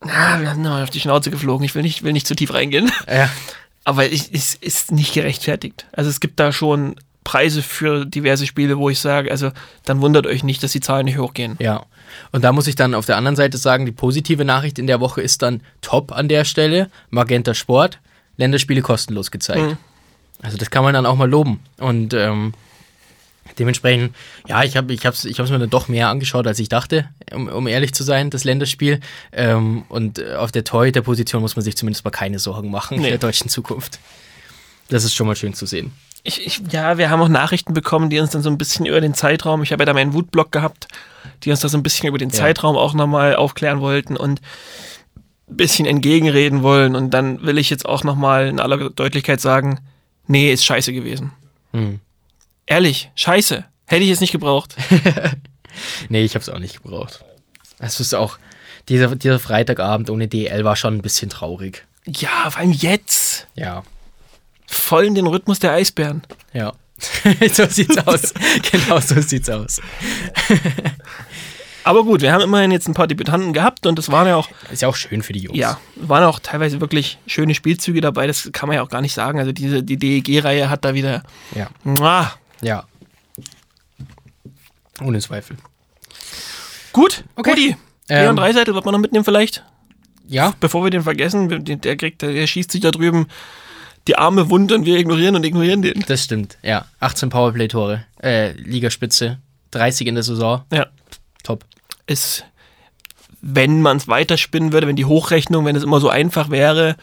Na, wir haben nochmal auf die Schnauze geflogen. Ich will nicht, will nicht zu tief reingehen. Ja. Aber ich- es ist nicht gerechtfertigt. Also es gibt da schon Preise für diverse Spiele, wo ich sage, also dann wundert euch nicht, dass die Zahlen nicht hochgehen. Ja. Und da muss ich dann auf der anderen Seite sagen, die positive Nachricht in der Woche ist dann top an der Stelle. Magenta Sport, Länderspiele kostenlos gezeigt. Also das kann man dann auch mal loben. Und ähm, dementsprechend, ja, ich habe es ich hab's, ich hab's mir dann doch mehr angeschaut, als ich dachte, um, um ehrlich zu sein, das Länderspiel. Ähm, und äh, auf der Torhüter-Position muss man sich zumindest mal keine Sorgen machen Nee. in der deutschen Zukunft. Das ist schon mal schön zu sehen. Ich, ich, ja, wir haben auch Nachrichten bekommen, die uns dann so ein bisschen über den Zeitraum, ich habe ja da meinen Wutblock gehabt, die uns da so ein bisschen über den Zeitraum auch nochmal aufklären wollten und ein bisschen entgegenreden wollen. Und dann will ich jetzt auch nochmal in aller Deutlichkeit sagen, nee, ist scheiße gewesen. Hm. Ehrlich, scheiße. Hätte ich es nicht gebraucht. Nee, ich hab's auch nicht gebraucht. Es ist auch, dieser, dieser Freitagabend ohne DL war schon ein bisschen traurig. Ja, vor allem jetzt. Ja. Voll in den Rhythmus der Eisbären. Ja. so sieht's aus. genau so sieht's aus. Aber gut, wir haben immerhin jetzt ein paar Debütanten gehabt und es waren ja auch, Ist ja auch schön für die Jungs. ja, waren auch teilweise wirklich schöne Spielzüge dabei. Das kann man ja auch gar nicht sagen. Also diese die DEG-Reihe hat da wieder. Ja. Mua. Ja. Ohne Zweifel. Gut, Okay. Rudi, Leon Ähm, Dreiseite wird man noch mitnehmen vielleicht. ja, Bevor wir den vergessen, wir- den- der kriegt, der schießt sich da drüben die arme Wunde und wir ignorieren und ignorieren den. das stimmt. Ja, 18 Powerplay-Tore, äh, Ligaspitze, 30 in der Saison, Ja. top. Es, wenn man es weiterspinnen würde, wenn die Hochrechnung, wenn es immer so einfach wäre,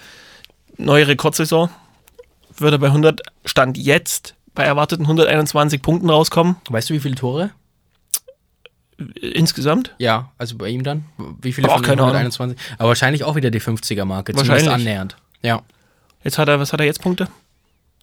neue Rekordsaison, würde er bei 100 Stand jetzt bei erwarteten 121 Punkten rauskommen Weißt du, wie viele Tore? äh, insgesamt. Ja, also bei ihm dann? Wie viele Boah, von den keine Ahnung. 121? Aber wahrscheinlich auch wieder die 50er-Marke, zumindest Wahrscheinlich. annähernd. Ja. Jetzt hat er, was hat er jetzt Punkte?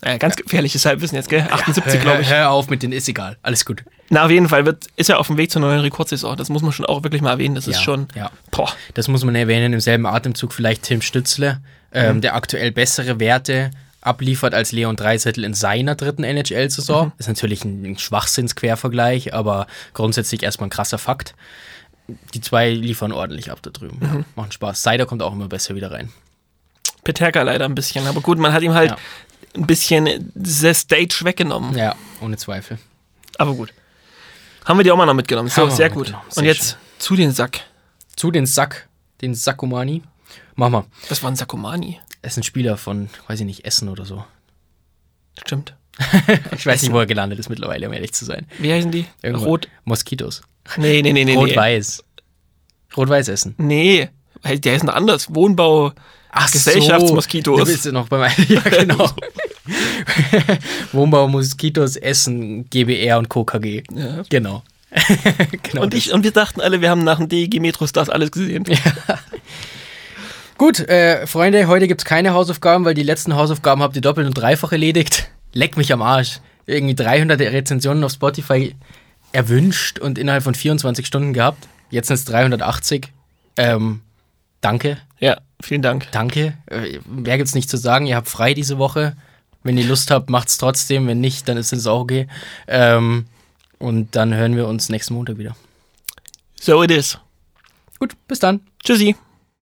Äh, ganz gefährliches Halbwissen jetzt, gell? 78 glaube ich. Hör, hör auf mit den, ist egal, alles gut. Na, auf jeden Fall wird, ist er auf dem Weg zur neuen Rekordsaison. Das muss man schon auch wirklich mal erwähnen. Das ja, ist schon. Ja, Boah, das muss man erwähnen, im selben Atemzug vielleicht Tim Stützle, ähm, Mhm. der aktuell bessere Werte abliefert als Leon Dreisettel in seiner dritten NHL-Saison. Mhm. Ist natürlich ein, ein Schwachsinnsquervergleich, aber grundsätzlich erstmal ein krasser Fakt. Die zwei liefern ordentlich ab da drüben. Mhm. Ja, machen Spaß. Seider kommt auch immer besser wieder rein. Peterka leider ein bisschen. Aber gut, man hat ihm halt Ja. ein bisschen the Stage weggenommen. Ja, ohne Zweifel. Aber gut. Haben wir die auch mal noch mitgenommen. So, Haben wir sehr mal gut. mitgenommen. Sehr Und jetzt zu den Sack. Zu den Sack, den Sakumani. Mach mal. Das war ein Sakomani. Er ist ein Spieler von, weiß ich nicht, Essen oder so. Stimmt. Ich weiß nicht, wo er gelandet ist mittlerweile, um ehrlich zu sein. Wie heißen die? Irgendwo- Rot. Moskitos. Nee, nee, nee, nee. nee. Rot-Weiß. Rot-Weiß Essen. Nee. Hey, Der ist noch anders. Wohnbau. Ach Gesellschaftsmoskitos. So, da bist du noch beim Ja, genau. Wohnbau, Moskitos, Essen, GBR und KKG. Ja. Genau. genau. Und, ich, und wir dachten alle, wir haben nach dem E DEG Metrostars alles gesehen. Gut, äh, Freunde, heute gibt's keine Hausaufgaben, weil die letzten Hausaufgaben habt ihr doppelt und dreifach erledigt. Leck mich am Arsch. Irgendwie 300 Rezensionen auf Spotify erwünscht und innerhalb von 24 Stunden gehabt. Jetzt sind's 380. Ähm, danke, Ja, vielen Dank. danke. Äh, mehr gibt's nicht zu sagen. Ihr habt frei diese Woche. Wenn ihr Lust habt, macht's trotzdem. Wenn nicht, dann ist es auch okay. Ähm, und dann hören wir uns nächsten Montag wieder. So it is. Gut, bis dann. Tschüssi.